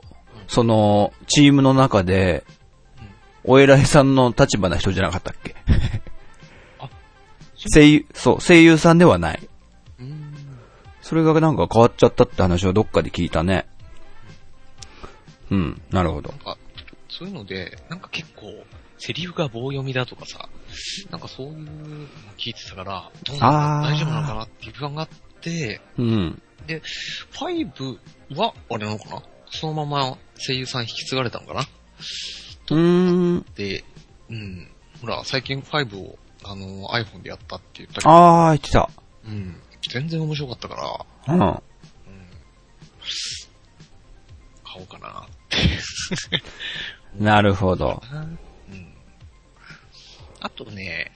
Speaker 1: その、チームの中で、お偉いさんの立場な人じゃなかったっけ
Speaker 2: あ
Speaker 1: <laughs> 声優、そう、声優さんではない。
Speaker 2: うーん。
Speaker 1: それがなんか変わっちゃったって話をどっかで聞いたね。うん、なるほど
Speaker 2: なん。か、そういうので、なんか結構、セリフが棒読みだとかさ、なんかそういうのを聞いてたから、どうな
Speaker 1: あ
Speaker 2: の
Speaker 1: ー
Speaker 2: 大丈夫なのかなっていう不安があって、
Speaker 1: うん。
Speaker 2: 5は、あれなのかなそのまま声優さん引き継がれたのかな
Speaker 1: うーん。
Speaker 2: で、うん。ほら、最近5を、あの、iPhone でやったって言ったけど、
Speaker 1: あー、言ってた。
Speaker 2: うん。全然面白かったから、
Speaker 1: うん。
Speaker 2: うん。買おうかな。
Speaker 1: <laughs> なるほど。
Speaker 2: うん。あとね、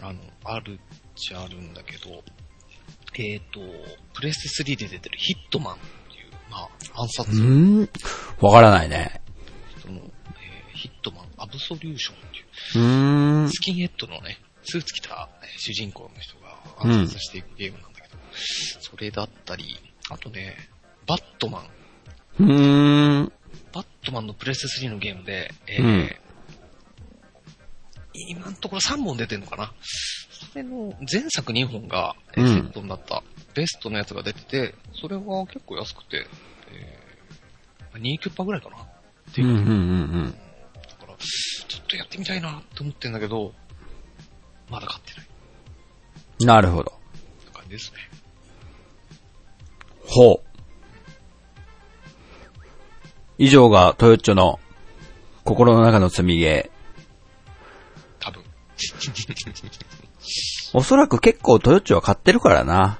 Speaker 2: あの、あるっちゃあるんだけど、えっ、と、プレステ3で出てるヒットマンっていう、まあ、暗殺
Speaker 1: うーん。わからないね。
Speaker 2: その、えーヒットマンアブソリューションっていう
Speaker 1: うーん
Speaker 2: ス。キンヘッドのね、スーツ着たえー主人公の人が暗殺していくゲームなんだけど、それだったり、あとね、バットマン。
Speaker 1: うーん。
Speaker 2: バットマンのプレステ3のゲームで、えー
Speaker 1: うん
Speaker 2: 今のところ3本出てんのかなそれの前作2本がえ
Speaker 1: うん
Speaker 2: ーセットになったベストのやつが出てて、それは結構安くて、えー、2キュッパぐらいかなって
Speaker 1: う
Speaker 2: い
Speaker 1: ん
Speaker 2: う
Speaker 1: う
Speaker 2: だ
Speaker 1: んうん
Speaker 2: から、ちょっとやってみたいなって思ってんだけど、まだ買ってない。
Speaker 1: うん。なるほど。
Speaker 2: って感じですね。
Speaker 1: ほう。以上がトヨッチョの心の中の積みゲ <laughs>
Speaker 2: 多分。
Speaker 1: ー。おそらく結構トヨッチョは買ってるからな。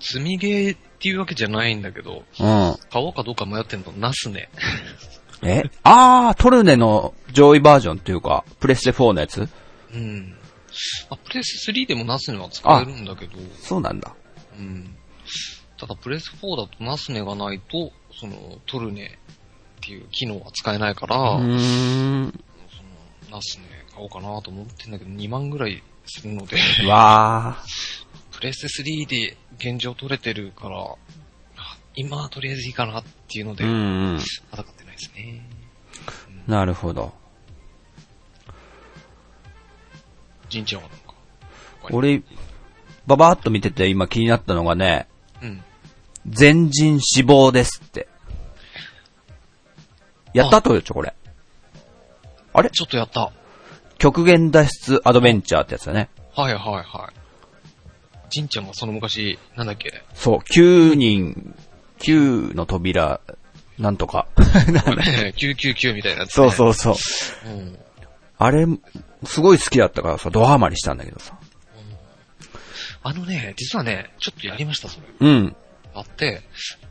Speaker 2: 積みゲーっていうわけじゃないんだけど、
Speaker 1: うん。
Speaker 2: 買おうかどうか迷ってんの、ナスね。
Speaker 1: えあー、トルネの上位バージョンっていうか、プレステ4のやつ
Speaker 2: うん。まあ、プレス3でもナスネは使えるんだけど、
Speaker 1: そうなんだ。
Speaker 2: うん。ただプレス4だとナスネがないと、その、トルネっていう機能は使えないから、
Speaker 1: うーん。
Speaker 2: その、ナスネ買おうかなと思ってんだけど、2万ぐらいするので、 <laughs>
Speaker 1: わー。
Speaker 2: プレステ3で現状取れてるから、あ今はとりあえずいいかなっていうので、
Speaker 1: うん
Speaker 2: ま
Speaker 1: うん。
Speaker 2: だ買ってないですね。
Speaker 1: なるほど。
Speaker 2: ジンちゃんはなんか。
Speaker 1: 俺、ババーっと見てて今気になったのがね、
Speaker 2: うん。
Speaker 1: 全人死亡ですって。やったとでしょ、これ。あれ
Speaker 2: ちょっとやった。は
Speaker 1: 極限脱出アドベンチャーってやつだね。
Speaker 2: いはいはい。ジンちゃんがその昔、なんだっけ、
Speaker 1: そう、9人、9の扉、なんとか。
Speaker 2: 999みたいなや
Speaker 1: <laughs>
Speaker 2: つ、。
Speaker 1: そうそううそう。
Speaker 2: うん。
Speaker 1: あれ、すごい好きだったからさ、ドハマりしたんだけどさ。
Speaker 2: あのね、実はね、ちょっとやりました、それ。
Speaker 1: うん。
Speaker 2: あって、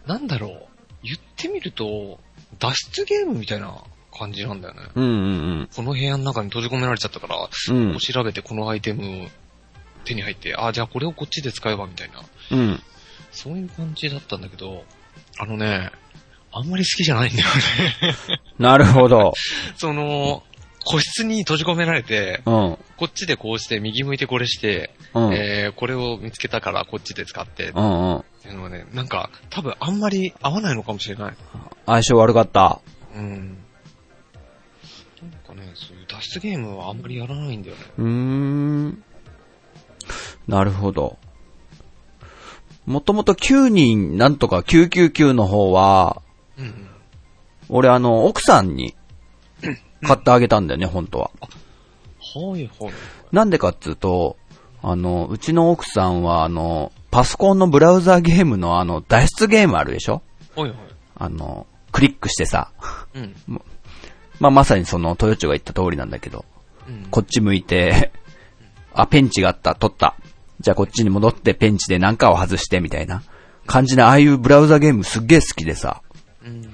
Speaker 2: なんだろう、言ってみると、脱出ゲームみたいな感じなんだよね。
Speaker 1: うんうん
Speaker 2: この部屋の中に閉じ込められちゃったから、
Speaker 1: うん。うん。
Speaker 2: 調べてこのアイテム手に入って、あ、じゃあこれをこっちで使えばみたいな、
Speaker 1: うん。
Speaker 2: そういう感じだったんだけど、あのね、あんまり好きじゃないんだよ
Speaker 1: <laughs>
Speaker 2: ね。
Speaker 1: なるほど。
Speaker 2: その、個室に閉じ込められて、
Speaker 1: うん。
Speaker 2: こっちでこうして、右向いてこれして、
Speaker 1: うん。
Speaker 2: えー、これを見つけたからこっちで使ってっ
Speaker 1: うんうん。
Speaker 2: ていうのはね、なんか、多分あんまり合わないのかもしれない。
Speaker 1: 相性悪かった。
Speaker 2: うん。なんかね、そういう脱出ゲームはあんまりやらないんだよね。
Speaker 1: うーん。なるほど。もともと9人なんとか999の方は、
Speaker 2: うんうん。
Speaker 1: 俺あの、奥さんに買ってあげたんだよね、本当は。
Speaker 2: はいはい。
Speaker 1: なんでかっつうと、あの、うちの奥さんはあの、パソコンのブラウザーゲームのあの、脱出ゲームあるでしょ
Speaker 2: はいはい。
Speaker 1: あの、クリックしてさ、
Speaker 2: うん。
Speaker 1: まあ、まさにその、トヨチョが言った通りなんだけど、
Speaker 2: うん。
Speaker 1: こっち向いて、あ、ペンチがあった、取った。じゃあこっちに戻ってペンチで何かを外してみたいな感じな、ああいうブラウザゲームすっげえ好きでさ。
Speaker 2: うん。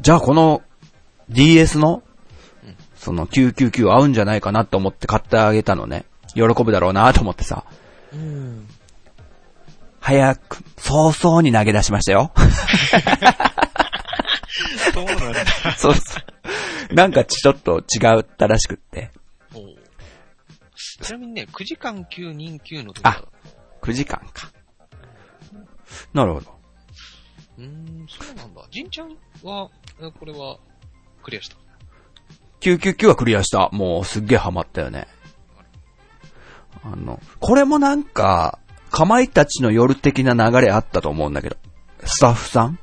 Speaker 1: じゃあこの DS の、その999合うんじゃないかなと思って買ってあげたのね。喜ぶだろうなと思ってさ。
Speaker 2: うん。
Speaker 1: 早く、早々に投げ出しましたよ。
Speaker 2: そうな
Speaker 1: <laughs>
Speaker 2: んだ。
Speaker 1: そうそう。なんかちょっと違ったらしくって。
Speaker 2: ちなみにね、9時間9人9の時
Speaker 1: あ9時間か。なるほど。
Speaker 2: うーん、そうなんだ。じんちゃんは、えこれは、クリアした。
Speaker 1: 999はクリアした。もうすっげえハマったよね。あの、これもなんか、かまいたちの夜的な流れあったと思うんだけど。スタッフさん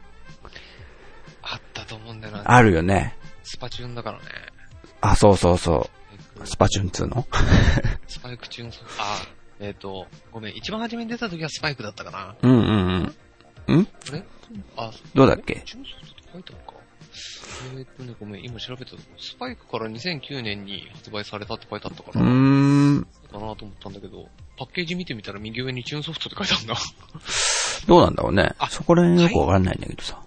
Speaker 2: あったと思うんだよな。
Speaker 1: あるよね。
Speaker 2: スパチューンだからね。
Speaker 1: あ、そうそうそ
Speaker 2: えっと
Speaker 1: う。スパチューン2の
Speaker 2: スパイクチューン、あ、えっ、と、ごめん、一番初めに出た時はスパイクだったかな。
Speaker 1: うんうんうん。ん
Speaker 2: あれあ、
Speaker 1: どうだっけ
Speaker 2: チューンソフトって書いてあるか。えっ、とね、ごめん、今調べたところ、スパイクから2009年に発売されたって書いてあったか
Speaker 1: う
Speaker 2: ら、
Speaker 1: ーん。
Speaker 2: そうかなと思ったんだけど、パッケージ見てみたら右上にチューンソフトって書いてあるんだ。 <laughs>
Speaker 1: どうなんだろうね。
Speaker 2: あ
Speaker 1: そこら辺よくわかんないんだけどさ。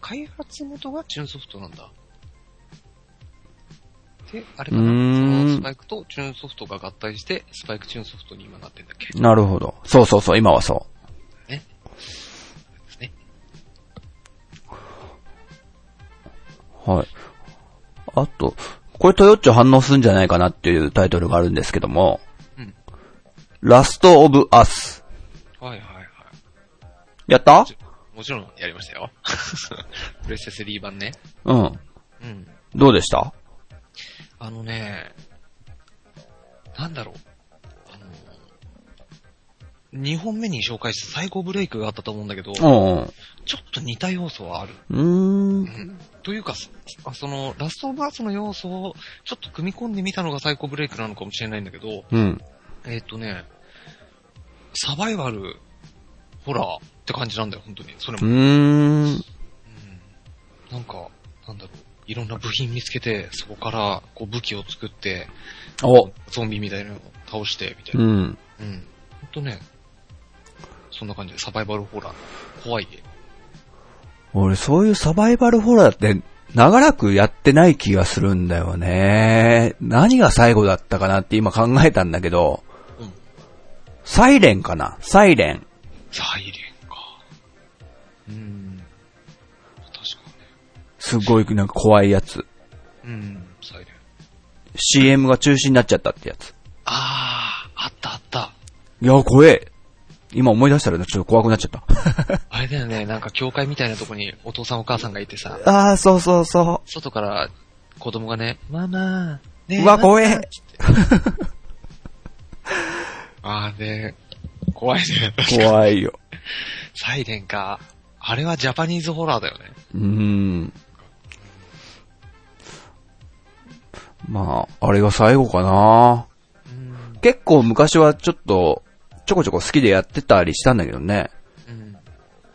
Speaker 2: 開発元がチューンソフトなんだ。で、あ
Speaker 1: う
Speaker 2: れかな、
Speaker 1: ーん
Speaker 2: そのスパイクとチューンソフトが合体して、スパイクチューンソフトに今なってんだっけで
Speaker 1: なるほど。そうそうそう、今はそ
Speaker 2: すね。
Speaker 1: う。はい。あと、これトヨッチョ反応するんじゃないかなっていうタイトルがあるんですけども、
Speaker 2: うん。
Speaker 1: ラストオブアス。
Speaker 2: はいはいはい。
Speaker 1: やった
Speaker 2: もちろんやりましたよ。 <laughs> プレステ3版ね。
Speaker 1: うん。
Speaker 2: うん。
Speaker 1: どうでした
Speaker 2: あのね、なんだろう。あの、2本目に紹介した最高ブレイクがあったと思うんだけど、
Speaker 1: うん
Speaker 2: ちょっと似た要素はある。
Speaker 1: うん。うーん。
Speaker 2: というか、そあその、ラストオブアースの要素をちょっと組み込んでみたのがサイコブレイクなのかもしれないんだけど、
Speaker 1: うん。
Speaker 2: えーっ、とね、サバイバル、ホラーって感じなんだよ、本当に。それ
Speaker 1: う
Speaker 2: も。
Speaker 1: ーん。
Speaker 2: うんなんか、なんだろう。いろんな部品見つけて、そこからこう武器を作って、
Speaker 1: お。
Speaker 2: ゾンビみたいなのを倒して、みたいうな。
Speaker 1: ん。
Speaker 2: うん。ほんとね、そんな感じでサバイバルホラー。怖いゲーム。
Speaker 1: 俺、そういうサバイバルホラーって、長らくやってない気がするんだよね。何が最後だったかなって今考えたんだけど、
Speaker 2: うん
Speaker 1: サイレンかなサイレン。
Speaker 2: サイレンか。うん。確か
Speaker 1: すごいなんか怖いやつ。
Speaker 2: にね。うん。サイレン。
Speaker 1: CM が中止になっちゃったってやつ。
Speaker 2: あー、あったあった。
Speaker 1: いや、怖え。今思い出したらねちょっと怖くなっちゃった。
Speaker 2: あれだよね、なんか教会みたいなとこにお父さんお母さんがいてさ、
Speaker 1: ああ、そうそうそ
Speaker 2: 外から子供がね、ママー、ね
Speaker 1: うわ
Speaker 2: ママー
Speaker 1: 怖え
Speaker 2: つってあーね、怖いね。
Speaker 1: う。怖いよ。
Speaker 2: サイレンか。あれはジャパニーズホラーだよね。
Speaker 1: うーん。まあ、あれが最後かな。
Speaker 2: うん。
Speaker 1: 結構昔はちょっと、ちょこちょこ好きでやってたりしたんだけどね。
Speaker 2: うん。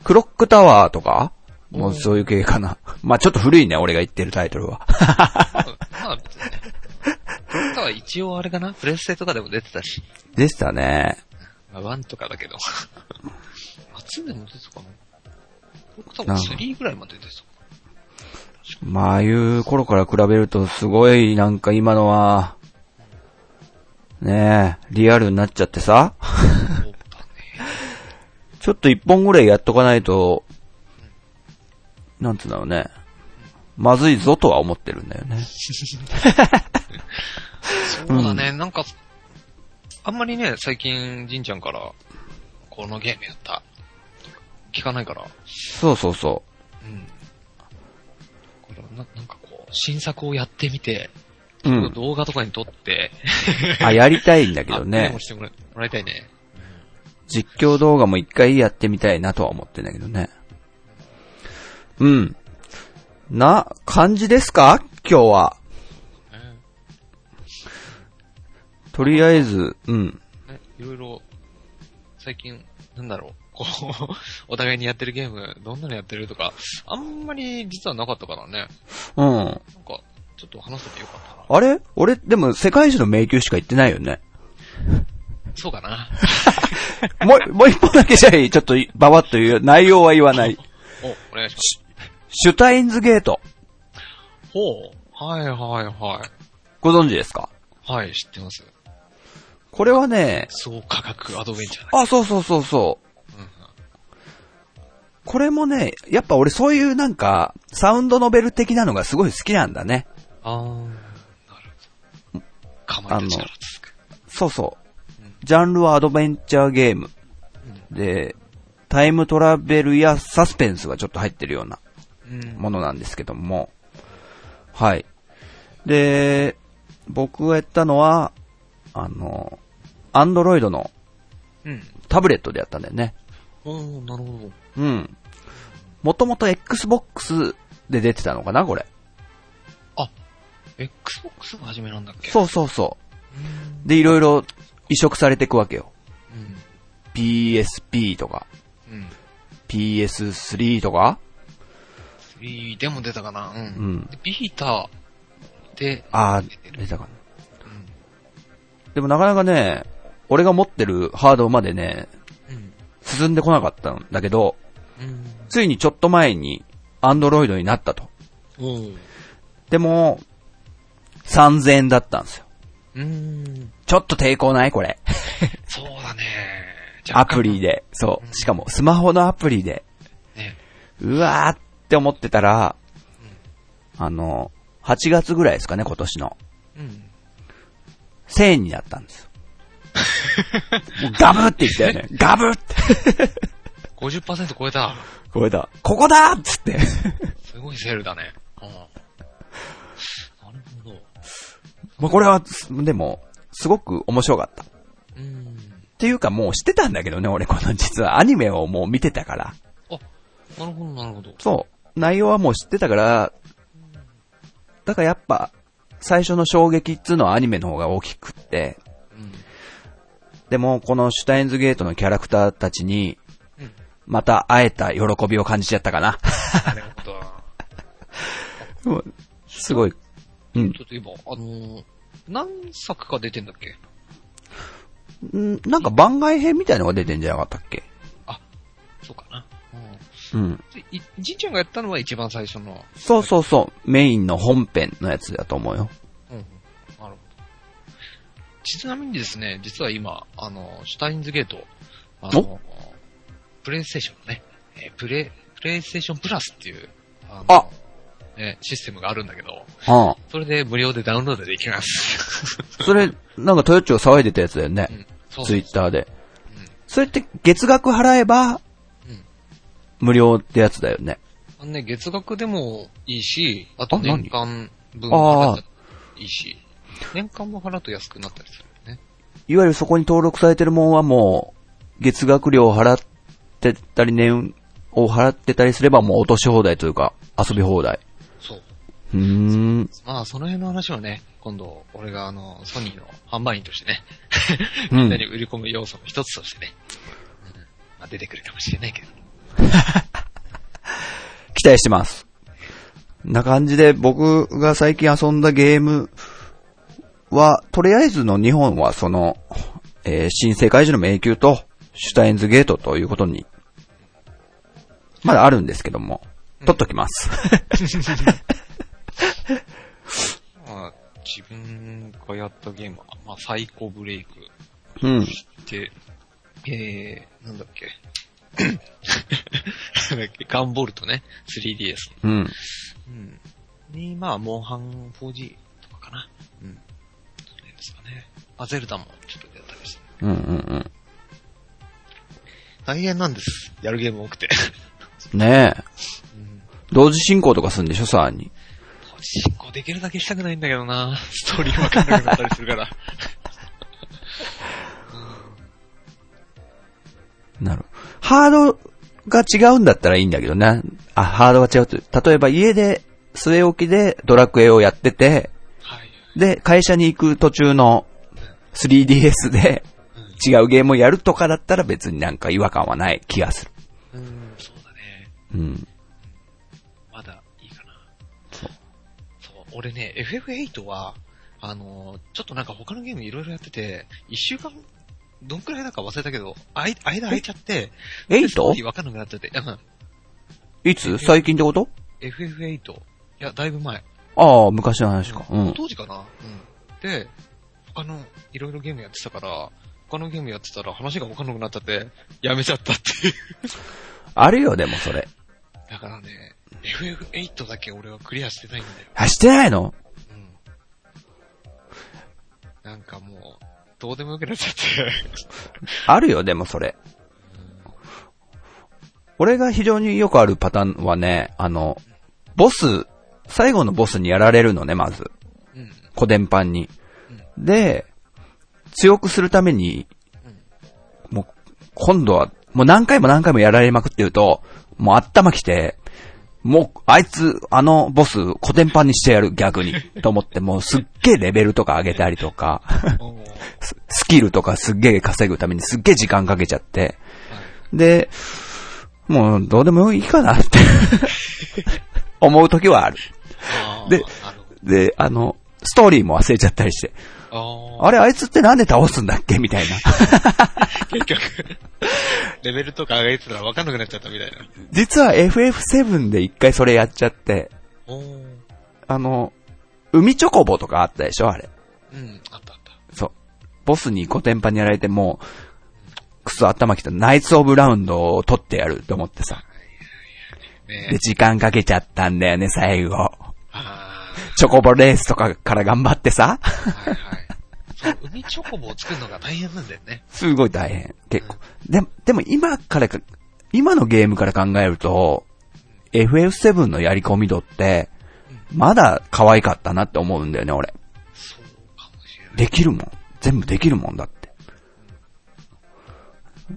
Speaker 1: クロックタワーとかもうそういう系かな。 <laughs> まあちょっと古いね、俺が言ってるタイトルは。
Speaker 2: まあ、まあ別にね。ドクターは一応あれかなプレステとかでも出てたし。
Speaker 1: <laughs> でしたね。
Speaker 2: まあ、ワンとかだけど。あ、2でも出てたかな僕多分3ぐらいまで出てたか
Speaker 1: まあ、ああいう頃から比べるとすごいなんか今のは、ねえ、リアルになっちゃってさ。
Speaker 2: な。そうだ <laughs> ね。
Speaker 1: ちょっと一本ぐらいやっとかないと、なんつうんだろうね。まずいぞとは思ってるんだよね。
Speaker 2: そうだね、なんか、あんまりね、最近、じんちゃんから、このゲームやった。聞かないから。
Speaker 1: そうそうそ
Speaker 2: うん。これななんかこう、新作をやってみて、
Speaker 1: う。うん。
Speaker 2: 動画とかに撮って、
Speaker 1: あ、やりたいんだけ
Speaker 2: あ
Speaker 1: ど
Speaker 2: メ
Speaker 1: ね
Speaker 2: モ。してもらもらいたいね。
Speaker 1: 実況動画も一回やってみたいなとは思ってんだけどね。うん。な、感じですか今日は。
Speaker 2: うん
Speaker 1: とりあえず、うん。
Speaker 2: ね、いろいろ、最近、なんだろう、 <laughs> こう、お互いにやってるゲーム、どんなのやってるとか、あんまり実はなかったからね。
Speaker 1: うん。
Speaker 2: なんか、ちょっと話せてよかったな。
Speaker 1: あれ俺、でも世界中の迷宮しか行ってないよね。 <laughs>
Speaker 2: そうかな。
Speaker 1: もう、もう一本だけじゃいい。ちょっとい、ばばっと言う。内容は言わない。
Speaker 2: お、お願いします。
Speaker 1: シュタインズゲート。
Speaker 2: ほう。はいはいは
Speaker 1: ご存知ですか
Speaker 2: い。はい、知ってます。
Speaker 1: これはね、
Speaker 2: そう科学アドベンチャーだ。
Speaker 1: あ、そうそうそうそう。
Speaker 2: うんうん
Speaker 1: これもね、やっぱ俺そういうなんか、サウンドノベル的なのがすごい好きなんだね。
Speaker 2: あー、なるほど。かまいたちから続く。
Speaker 1: そうそう
Speaker 2: うん。
Speaker 1: ジャンルはアドベンチャーゲーム。で、タイムトラベルやサスペンスがちょっと入ってるような
Speaker 2: うん。
Speaker 1: ものなんですけども。はい。で、僕がやったのは、あの、アンドロイドの
Speaker 2: うん。
Speaker 1: タブレットでやったんだよね。
Speaker 2: おー、なるほど。
Speaker 1: うん。もともと Xbox で出てたのかな、これ。
Speaker 2: Xbox が初めなんだっけ
Speaker 1: そうそうそう。で、いろいろ移植されていくわけよ。
Speaker 2: うん。
Speaker 1: PSP とか、
Speaker 2: うん。
Speaker 1: PS3 とか、
Speaker 2: 3でも出たかな。うん。
Speaker 1: うん
Speaker 2: でビーターで、
Speaker 1: あ
Speaker 2: 出て
Speaker 1: ー、
Speaker 2: る
Speaker 1: 出たかな。
Speaker 2: うん。
Speaker 1: でもなかなかね、俺が持ってるハードまでね、
Speaker 2: うん。
Speaker 1: 進んでこなかったんだけど、
Speaker 2: うん。
Speaker 1: ついにちょっと前に、アンドロイドになったと。
Speaker 2: おう。
Speaker 1: でも、3000円だったんですよ。
Speaker 2: うん。
Speaker 1: ちょっと抵抗ないこれ。
Speaker 2: そうだね。
Speaker 1: アプリ。で。そう。しかも、スマホのアプリで。
Speaker 2: ね。
Speaker 1: うわーって思ってたら、あの、8月ぐらいですかね、今年の。
Speaker 2: うん。
Speaker 1: 1000円になったんですよ。もうガブって言ったよね。ガブって。
Speaker 2: 50%超えた。
Speaker 1: これだ。ここだーっつって。
Speaker 2: すごいセールだね。うん。なるほど。
Speaker 1: まあこれは、でも、すごく面白かった。っ
Speaker 2: うん。
Speaker 1: ていうかもう知ってたんだけどね、俺この実はアニメをもう見てたから。
Speaker 2: あ、なるほど、なるほど。
Speaker 1: そう。内容はもう知ってたから、だからやっぱ、最初の衝撃っつうのはアニメの方が大きくって、
Speaker 2: うん。
Speaker 1: でも、このシュタインズゲートのキャラクターたちに、また会えた喜びを感じちゃったかな。
Speaker 2: なるほど。
Speaker 1: すごい。うん
Speaker 2: ちょっと今、あのー、何作か出てんだっけ
Speaker 1: ん。なんか番外編みたいのが出てんじゃなかったっけ
Speaker 2: そうかな。うん。
Speaker 1: うん。
Speaker 2: でいじいちゃんがやったのは一番最初の。
Speaker 1: そうそうそう。メインの本編のやつだと思うよ。
Speaker 2: うんうん。なるほど。ちなみにですね、実は今、あの、シュタインズゲート、あの、プレイステーションのね、えープレイ、プレイステーションプラスっていう、あ
Speaker 1: あ
Speaker 2: ね、システムがあるんだけど、
Speaker 1: ああ。
Speaker 2: それで無料でダウンロードでき <laughs> ます。
Speaker 1: それ、なんかトヨッチョ騒いでたやつだよね
Speaker 2: う。ん、そう
Speaker 1: ツ
Speaker 2: そう
Speaker 1: イッターで。
Speaker 2: うん
Speaker 1: それって月額払えば
Speaker 2: うん、
Speaker 1: 無料ってやつだよね。
Speaker 2: あのね、月額でもいいし、あと
Speaker 1: あ何
Speaker 2: 年間分払ったらいいし、年間も払うと安くなったりするよね。
Speaker 1: いわゆるそこに登録されてるもんはもう、月額料を払ってたり、年を払ってたりすればもう落とし放題というか、遊び放題。
Speaker 2: そう。
Speaker 1: うーん。
Speaker 2: まあ、その辺の話をね、今度、俺があの、ソニーの販売員としてね、
Speaker 1: う
Speaker 2: みんなに
Speaker 1: ん。
Speaker 2: 売り込む要素の一つとしてね、うんまあ、出てくるかもしれないけど。
Speaker 1: 期待してます。な感じで僕が最近遊んだゲームは、とりあえずの2本はその、えー新世界中の迷宮と、シュタインズゲートということに、まだあるんですけども、取っとき <laughs> ます。
Speaker 2: まあ、自分がやったゲームは、まあ、サイコブレイク
Speaker 1: うん。
Speaker 2: で、えー、 <laughs> なんだっけ。なんだっけ、ガンボルトね、3DS
Speaker 1: うん。
Speaker 2: うん。に、まあ、モンハン 4G とかかな。うん。それですかね。あ、ゼルダもちょっとやったりして。
Speaker 1: うんうんうん。
Speaker 2: 大変なんです。やるゲーム多くて。
Speaker 1: ねえ。
Speaker 2: うん。
Speaker 1: 同時進行とかするんでしょ、さらに。
Speaker 2: 進行できるだけしたくないんだけどなストーリーわかんなくなったりするから。
Speaker 1: なる。ハードが違うんだったらいいんだけどね。あ、ハードが違うって。例えば家で、据え置きでドラクエをやってて、
Speaker 2: はい。
Speaker 1: で、会社に行く途中の 3DS で
Speaker 2: うん
Speaker 1: 違うゲームをやるとかだったら別になんか違和感はない気がする。
Speaker 2: うん、そうだね。
Speaker 1: うん。
Speaker 2: まだいいかな。そう。そう、俺ね、FF8 は、あのーちょっとなんか他のゲームいろいろやってて、一週間、どんくらいだか忘れたけど、あい、間空いちゃって、でストーリー
Speaker 1: 8?
Speaker 2: わかんなくなってて、うん。
Speaker 1: いつ最近ってこと
Speaker 2: FF8。いや、だいぶ前。
Speaker 1: ああ、昔の話か。うん。
Speaker 2: 当時かな。うん。で、他の、いろいろゲームやってたから、他のゲームやってたら話がわかんなくなっちゃって、やめちゃったっていう。
Speaker 1: あるよ、でもそれ。
Speaker 2: だからね、FF8 だけ俺はクリアしてないんだよ。
Speaker 1: あ、してないの
Speaker 2: うん。なんかもう、どうでもよくなっちゃって。
Speaker 1: あるよ、でもそれ。俺が非常によくあるパターンはね、あの、ボス、最後のボスにやられるのね、まず。
Speaker 2: うん。 <laughs>
Speaker 1: 小伝パンに。で、強くするために、もう、今度は、もう何回も何回もやられまくってると、もう頭きて、もう、あいつ、あのボス、小伝パンにしてやる、逆に。と思って、もうすっげえレベルとか上げたりとか、 <laughs>
Speaker 2: おー
Speaker 1: ススキルとかすっげえ稼ぐためにすっげえ時間かけちゃって、
Speaker 2: はい
Speaker 1: で、もうどうでもいいかなって、 <laughs> 思う時はある。
Speaker 2: あー
Speaker 1: で
Speaker 2: なるほ
Speaker 1: で、あの、ストーリーも忘れちゃったりして、
Speaker 2: どあ
Speaker 1: あれあいつってなんで倒すんだっけみたいな。
Speaker 2: あ、結局、レベルとか上げてたらわかんなくなっちゃったみたいな。
Speaker 1: <laughs> 実は FF7 で一回それやっちゃって、
Speaker 2: おー
Speaker 1: あの、海チョコボとかあったでしょあれ。
Speaker 2: うん、あったあった。
Speaker 1: そう。ボスにコテンパンにやられてもう、クソ頭きたナイツオブラウンドを取ってやると思ってさ。
Speaker 2: ね
Speaker 1: で、時間かけちゃったんだよね、最後。
Speaker 2: あ
Speaker 1: チョコボレースとかから頑張ってさ。
Speaker 2: あ、はいはい。そう、海チョコボを作るのが大変なんだよね。
Speaker 1: すごい大変、結構。でも、でも今からか、今のゲームから考えると、FF7 のやり込み度って、まだ可愛かったなって思うんだよね、俺。
Speaker 2: そうかもしれない。
Speaker 1: できるもん。全部できるもんだって。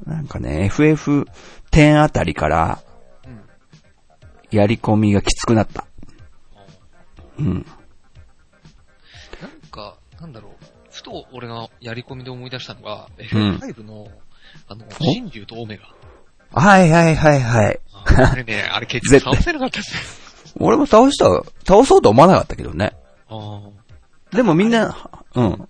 Speaker 1: なんかね、FF10 あたりから、
Speaker 2: うん。
Speaker 1: やり込みがきつくなった。うん。
Speaker 2: なんか、なんだろう。ふと俺がやり込みで思い出したのが、
Speaker 1: ん
Speaker 2: F5 の、あの、新竜とオメガ。
Speaker 1: はいはいはいはい。
Speaker 2: あーあれ <laughs> ね、あれ結局
Speaker 1: 絶対
Speaker 2: 倒せなかったんですよ。
Speaker 1: <laughs> 俺も倒した、倒そうと思わなかったけどね。
Speaker 2: あ
Speaker 1: でもみんな、うん。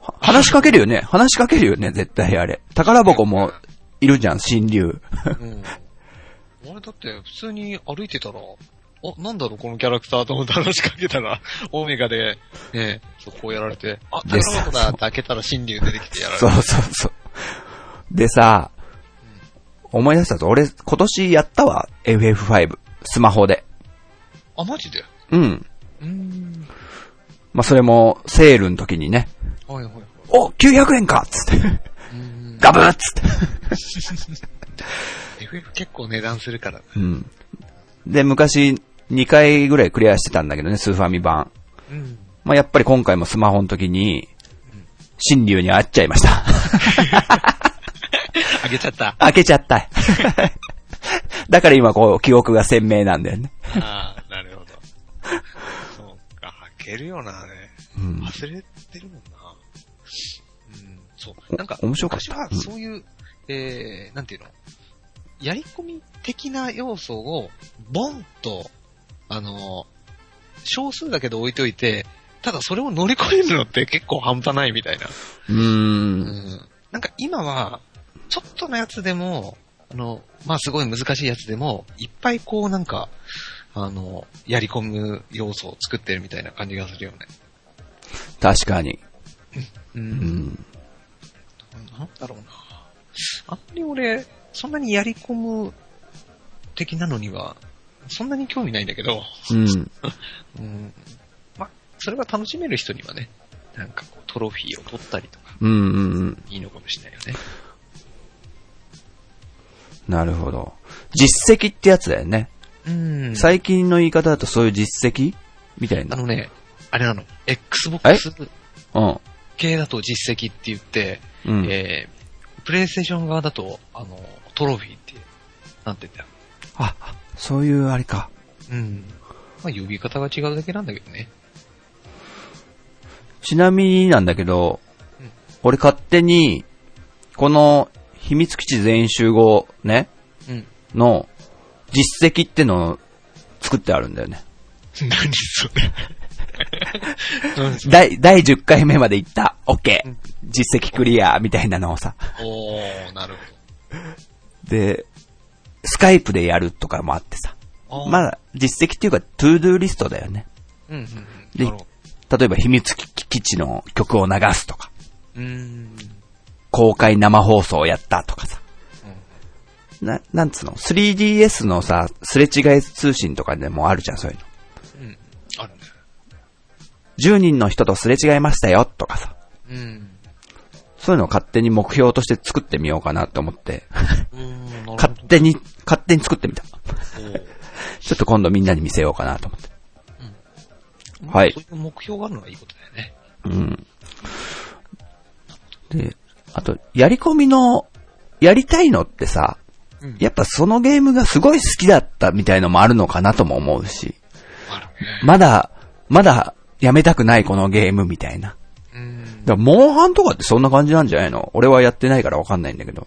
Speaker 1: は話しかけるよね。話しかけるよね、絶対あれ。宝箱もいるじゃん、新竜。
Speaker 2: あ。うん。れだって普通に歩いてたら、あ、なんだろうこのキャラクターと思って話しかけたら、 <laughs> オメガで、ね、そうこうやられて、あ、
Speaker 1: で
Speaker 2: 宝
Speaker 1: さ
Speaker 2: 箱だって開けたら新竜出てきてやられ
Speaker 1: そう
Speaker 2: る。
Speaker 1: そうそう。でさ、思い出したぞ。俺、今年やったわ。FF5。スマホで。
Speaker 2: あ、マジで
Speaker 1: うん。
Speaker 2: うーん。
Speaker 1: まあ、それも、セールの時にね。
Speaker 2: はいはいはい。
Speaker 1: お !900 円かっつって。
Speaker 2: うーん。
Speaker 1: ガブッつって。
Speaker 2: FF 結構値段するからな。
Speaker 1: うん。で、昔、2回ぐらいクリアしてたんだけどね、スーファミ版。
Speaker 2: うん。
Speaker 1: まあ、やっぱり今回もスマホの時に、新竜に会っちゃいました。
Speaker 2: <laughs> あげちゃった。
Speaker 1: 開けちゃった。だから今こう、記憶が鮮明なんだよね。
Speaker 2: ああ、なるほど。そうか、開けるよな、あれ。
Speaker 1: うん。
Speaker 2: 忘れてるもんな。うん、そう。
Speaker 1: お
Speaker 2: なんか、
Speaker 1: 面白かった
Speaker 2: 昔はそういう、えー、なんていうのやり込み的な要素を、ボンと、あの、少数だけど置いといて、ただそれを乗り越えるのって結構半端ないみたいな。
Speaker 1: うーん。
Speaker 2: なんか今は、ちょっとのやつでも、あの、まあ、すごい難しいやつでも、いっぱいこうなんか、あの、やり込む要素を作ってるみたいな感じがするよね。
Speaker 1: 確かに。
Speaker 2: う。
Speaker 1: うんん。
Speaker 2: なんだろうな。あんまり俺、そんなにやり込む的なのには、そんなに興味ないんだけど、
Speaker 1: うん。
Speaker 2: うん。まあ、それが楽しめる人にはね、なんかこうトロフィーを取ったりとか、
Speaker 1: うんうんうん。
Speaker 2: いいのかもしれないよね。
Speaker 1: なるほど。実績ってやつだよね。
Speaker 2: うん
Speaker 1: 最近の言い方だとそういう実績みたい
Speaker 2: あ
Speaker 1: な。
Speaker 2: のね、あれなの、
Speaker 1: え
Speaker 2: Xbox
Speaker 1: うん。
Speaker 2: 系だと実績って言って、
Speaker 1: うん。
Speaker 2: えー、プレイステーション側だと、あの、トロフィーって、なんて言うんだよ。
Speaker 1: あ、あそういうあれか。
Speaker 2: うん。まあ、呼び方が違うだけなんだけどね。
Speaker 1: ちなみになんだけど
Speaker 2: うん、
Speaker 1: 俺勝手に、この秘密基地全員集合ね、
Speaker 2: うん。
Speaker 1: の実績ってのを作ってあるんだよね。
Speaker 2: <laughs> 何そ
Speaker 1: <laughs>
Speaker 2: れ。何それ。
Speaker 1: 第、第10回目まで行った。オッケ
Speaker 2: う
Speaker 1: ー
Speaker 2: ん。
Speaker 1: 実績クリア、みたいなのをさ。
Speaker 2: おー、なる
Speaker 1: で、スカイプでやるとかもあってさ。
Speaker 2: ほど。
Speaker 1: ま
Speaker 2: だ。
Speaker 1: だ、実績っていうか、トゥードゥーリストだよね。
Speaker 2: うん、うんうん。
Speaker 1: で
Speaker 2: なるほど。
Speaker 1: 例えば、秘密基地の曲を流すとか、
Speaker 2: うーん。
Speaker 1: 公開生放送をやったとかさ。な、なんつうの ?3DS のさ、すれ違い通信とかでもあるじゃん、そういうの。
Speaker 2: うん。うん。あるね。
Speaker 1: 10人の人とすれ違いましたよ、とかさ。
Speaker 2: うん。
Speaker 1: そういうのを勝手に目標として作ってみようかなと思って、
Speaker 2: うーん、なるほど。
Speaker 1: 勝手に、勝手に作ってみた。
Speaker 2: おー
Speaker 1: ちょっと今度みんなに見せようかなと思って。はい
Speaker 2: そういう目標があるのはいいことだよね。
Speaker 1: うん。で、あと、やり込みの、やりたいのってさ、
Speaker 2: うん
Speaker 1: やっぱそのゲームがすごい好きだったみたいのもあるのかなとも思うし、
Speaker 2: あるね。
Speaker 1: まだ、まだやめたくないこのゲームみたいな。
Speaker 2: うん。
Speaker 1: だからモンハンとかってそんな感じなんじゃないの俺はやってないからわかんないんだけど。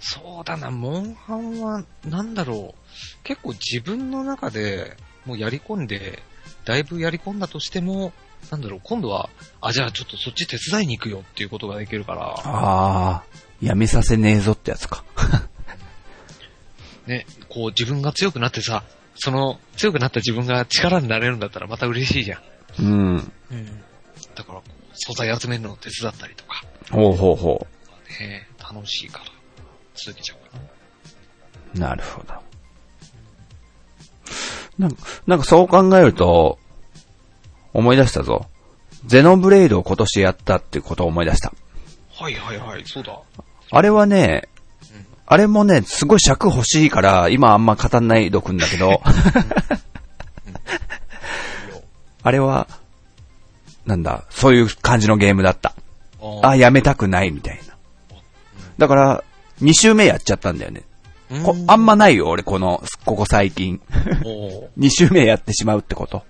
Speaker 2: そうだな、モンハンは、なんだろう。結構自分の中で、もうやり込んで、だいぶやり込んだとしても、なんだろう、今度は、あ、じゃあちょっとそっち手伝いに行くよっていうことができるから、
Speaker 1: あー、やめさせねえぞってやつか。 <laughs>
Speaker 2: ね、こう自分が強くなってさ、その強くなった自分が力になれるんだったらまた嬉しいじゃん。
Speaker 1: うん。
Speaker 2: うん。だからこう、素材集めるのを手伝ったりとか、
Speaker 1: ほうほうほ
Speaker 2: ね、楽しいから、続けちゃおうかな。
Speaker 1: う。なるほど。なんか、なんかそう考えると、思い出したぞ。ゼノブレイドを今年やったってことを思い出した。
Speaker 2: はいはいはい、そうだ。
Speaker 1: あれはね
Speaker 2: うん、
Speaker 1: あれもね、すごい尺欲しいから、今あんま語んないどくんだけど、
Speaker 2: いいよ
Speaker 1: あれは、なんだ、そういう感じのゲームだった。
Speaker 2: あ
Speaker 1: あ、やめたくないみたいな。だから、2周目やっちゃったんだよね。
Speaker 2: ー
Speaker 1: こ
Speaker 2: う
Speaker 1: あんまないよ、俺、この、ここ最近。
Speaker 2: おー
Speaker 1: 2周目やってしまうってこと。
Speaker 2: ん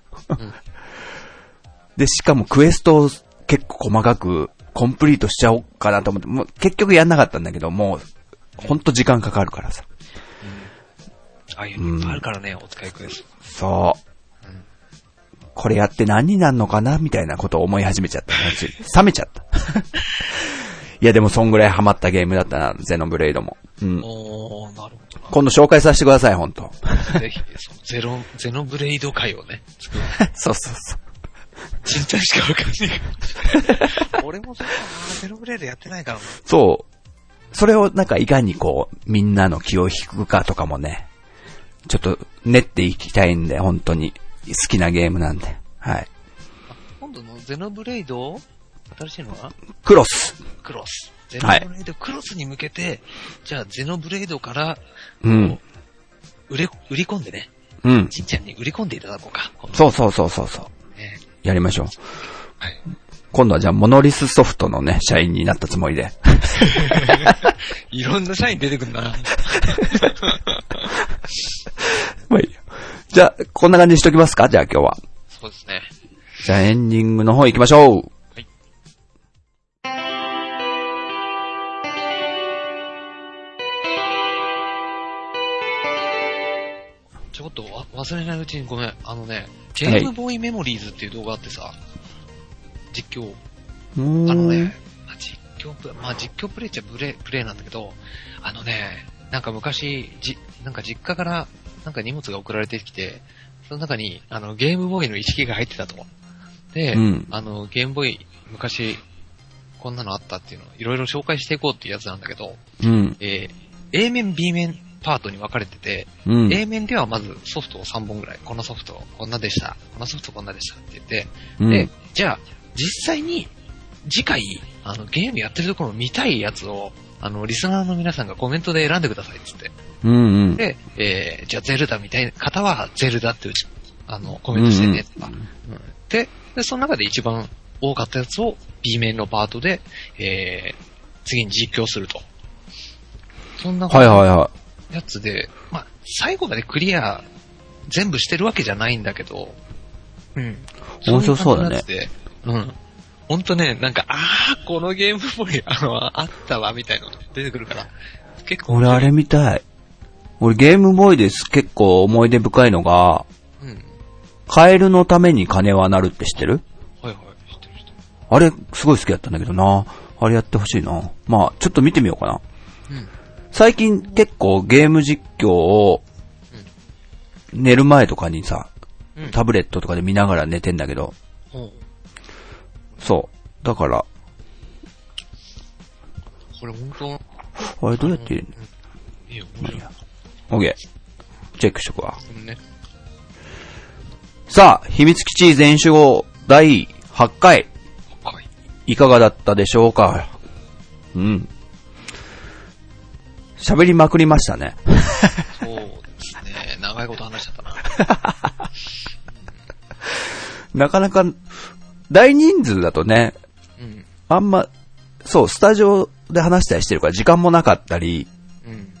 Speaker 1: で、しかもクエストを結構細かくコンプリートしちゃおうかなと思って、もう結局やんなかったんだけど、もう、ほんと時間かかるからさ。
Speaker 2: ああいうのいっぱいあるからね、お使いクエスト。
Speaker 1: そう。こ <laughs> れやって何になるのかなみたいなことを思い始めちゃった。冷めちゃった。いや、でもそんぐらいハマったゲームだったな、ゼノブレイドも。うん。
Speaker 2: おー、なるほ
Speaker 1: 今度紹介させてください、本当
Speaker 2: ど。ぜひ、そのゼロ、ゼノブレイド会をね、作る。
Speaker 1: <laughs> そうそうそう。
Speaker 2: ちんちゃんしかわかんねえ <laughs> から。俺もそうだな、ゼロブレイドやってないからな。
Speaker 1: そう。それをなんかいかにこう、みんなの気を引くかとかもね、ちょっと練っていきたいんで、本当に。好きなゲームなんで。はい。
Speaker 2: 今度のゼノブレイド、新しいのは
Speaker 1: クロス。
Speaker 2: クロス。ゼノ
Speaker 1: はい
Speaker 2: ブレイド、クロスに向けて、じゃあゼノブレイドから、
Speaker 1: うん。
Speaker 2: 売れ、売り込んでね、
Speaker 1: うん。
Speaker 2: ちんちゃんに売り込んでいただこうか。今度
Speaker 1: そうそうそうそうそう。
Speaker 2: ね
Speaker 1: やりましょう。
Speaker 2: はい。
Speaker 1: 今度はじゃあ、モノリスソフトのね、社員になったつもりで。 <laughs>
Speaker 2: いろんな社員出てくるな。
Speaker 1: まあいいやじゃあ、こんな感じにしときますかじゃあ今日は。
Speaker 2: そうですね。
Speaker 1: じゃあエンディングの方行きましょう。
Speaker 2: はいちょっとわ忘れないうちにごめん。あのね、ゲームボーイメモリーズっていう動画あってさ、実況、
Speaker 1: うーん
Speaker 2: あのね、まあ実況プレイ、まあ実況プレイっちゃプレイ、プレイなんだけど、あのね、なんか昔、じ、なんか実家から、なんか荷物が送られてきて、その中に、あの、ゲームボーイの一式が入ってたと。で、
Speaker 1: うん
Speaker 2: あの、ゲームボーイ、昔、こんなのあったっていうのを、いろいろ紹介していこうっていうやつなんだけど、
Speaker 1: うん。
Speaker 2: えー A 面、B 面パートに分かれてて、
Speaker 1: うん。
Speaker 2: A 面ではまずソフトを3本ぐらい、このソフト、こんなでした、このソフトこんなでしたって言って、
Speaker 1: うん
Speaker 2: で、じゃあ、実際に、次回、あの、ゲームやってるところを見たいやつを、あの、リスナーの皆さんがコメントで選んでくださいって言って。
Speaker 1: うんうん。
Speaker 2: で、えー、じゃあゼルダみたいな方は、ゼルダってうち、あの、コメントしてね、とか、うんで、で、その中で一番多かったやつを B 面のパートで、えー、次に実況すると。そんな
Speaker 1: はいはいは
Speaker 2: やつで、まあ、最後までクリア全部してるわけじゃないんだけど、うん。
Speaker 1: 面白そうだね
Speaker 2: い感じのやつで。うん。ほんとね、なんか、あー、このゲームボーイ、あの、あったわ、みたいなの出てくるから。結
Speaker 1: い。
Speaker 2: 構。
Speaker 1: 俺あれみたい。俺ゲームボーイです。結構思い出深いのが、
Speaker 2: うん。
Speaker 1: カエルのために鐘は鳴るって知ってる
Speaker 2: はいはい。知ってる知って
Speaker 1: あれ、すごい好きだったんだけどな。あれやってほしいな。まあ、ちょっと見てみようかな。
Speaker 2: るうん。
Speaker 1: 最近結構ゲーム実況を、寝る前とかにさ、
Speaker 2: うん
Speaker 1: タブレットとかで見ながら寝てんだけど、
Speaker 2: おう
Speaker 1: そう。だから、
Speaker 2: これほんと、
Speaker 1: あれどうやって入れんの
Speaker 2: いいよ、面白い。
Speaker 1: オッケー。チェックしとくわ。
Speaker 2: ごめんね。
Speaker 1: さあ、秘密基地全集合第8回、
Speaker 2: はい。
Speaker 1: いかがだったでしょうかうん。喋りまくりましたね。
Speaker 2: そうですね。長いこと話しちゃったな。
Speaker 1: なかなか、大人数だとね、
Speaker 2: うん。
Speaker 1: あんま、そう、スタジオで話したりしてるから時間もなかったり、
Speaker 2: うん。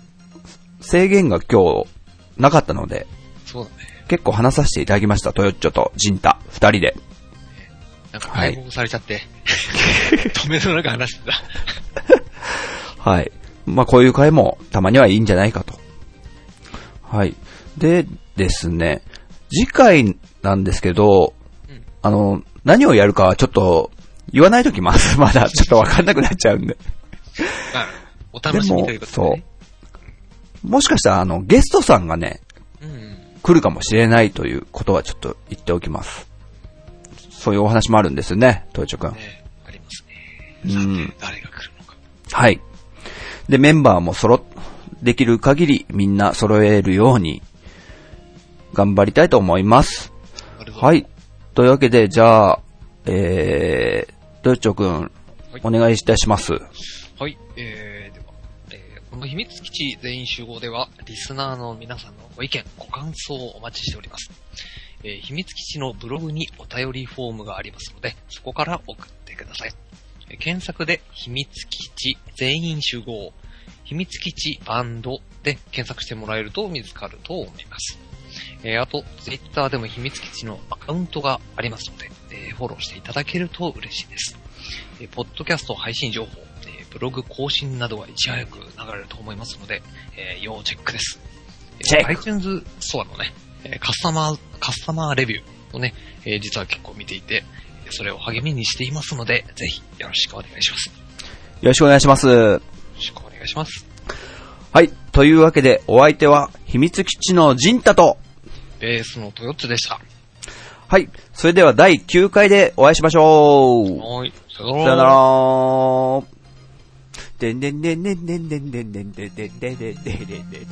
Speaker 1: 制限が今日なかったので、
Speaker 2: そうだね。
Speaker 1: 結構話させていただきました。トヨッチョとジンタ、二人で。
Speaker 2: なんか、
Speaker 1: はい
Speaker 2: 解放されちゃって。 <laughs> 止めの中話してた。
Speaker 1: はい。まあ、こういう回もたまにはいいんじゃないかと。はい。でですね、次回なんですけど、
Speaker 2: うん
Speaker 1: あの、何をやるかはちょっと言わないとき <laughs> ます。まだちょっとわかんなくなっちゃうんで。
Speaker 2: まあ、お楽しみということで、ね。
Speaker 1: もしかしたら、あの、ゲストさんがね、
Speaker 2: そう。うん。
Speaker 1: 来るかもしれないということはちょっと言っておきます。そういうお話もあるんですよね、東一くん。
Speaker 2: ね、あります
Speaker 1: う
Speaker 2: ね。さ
Speaker 1: ん
Speaker 2: て、誰が来るのか。
Speaker 1: はい。で、メンバーも揃っ、できる限りみんな揃えるように、頑張りたいと思います。
Speaker 2: なるほど
Speaker 1: は。い。というわけで、じゃあ、えー、ドヨッチョくん
Speaker 2: はい、
Speaker 1: お願いいたします。
Speaker 2: はい。えー、では、えー、この秘密基地全員集合では、リスナーの皆さんのご意見、ご感想をお待ちしております。えー、秘密基地のブログにお便りフォームがありますので、そこから送ってください。えー検索で、秘密基地全員集合、秘密基地バンドで検索してもらえると見つかると思います。えー、あと、ツイッターでも秘密基地のアカウントがありますので、えーフォローしていただけると嬉しいです。えーポッドキャスト配信情報、えーブログ更新などがいち早く流れると思いますので、えー要チェックです。えー
Speaker 1: チェック
Speaker 2: iTunes ストアのね、えーカスタマー、カスタマーレビューをね、えー実は結構見ていて、えーそれを励みにしていますので、ぜひよろしくお願いします。
Speaker 1: ろしくお願いします。
Speaker 2: ろしくお願いします。
Speaker 1: はい。というわけで、お相手は、秘密基地のジンタと、
Speaker 2: ベースのトヨッツでした。
Speaker 1: はい。それでは第9回でお会いしましょう。
Speaker 2: はい。
Speaker 1: さ
Speaker 2: さよ
Speaker 1: よならでんでんでんでんでんでんでんでんでんでんでんでんでんでんでんでん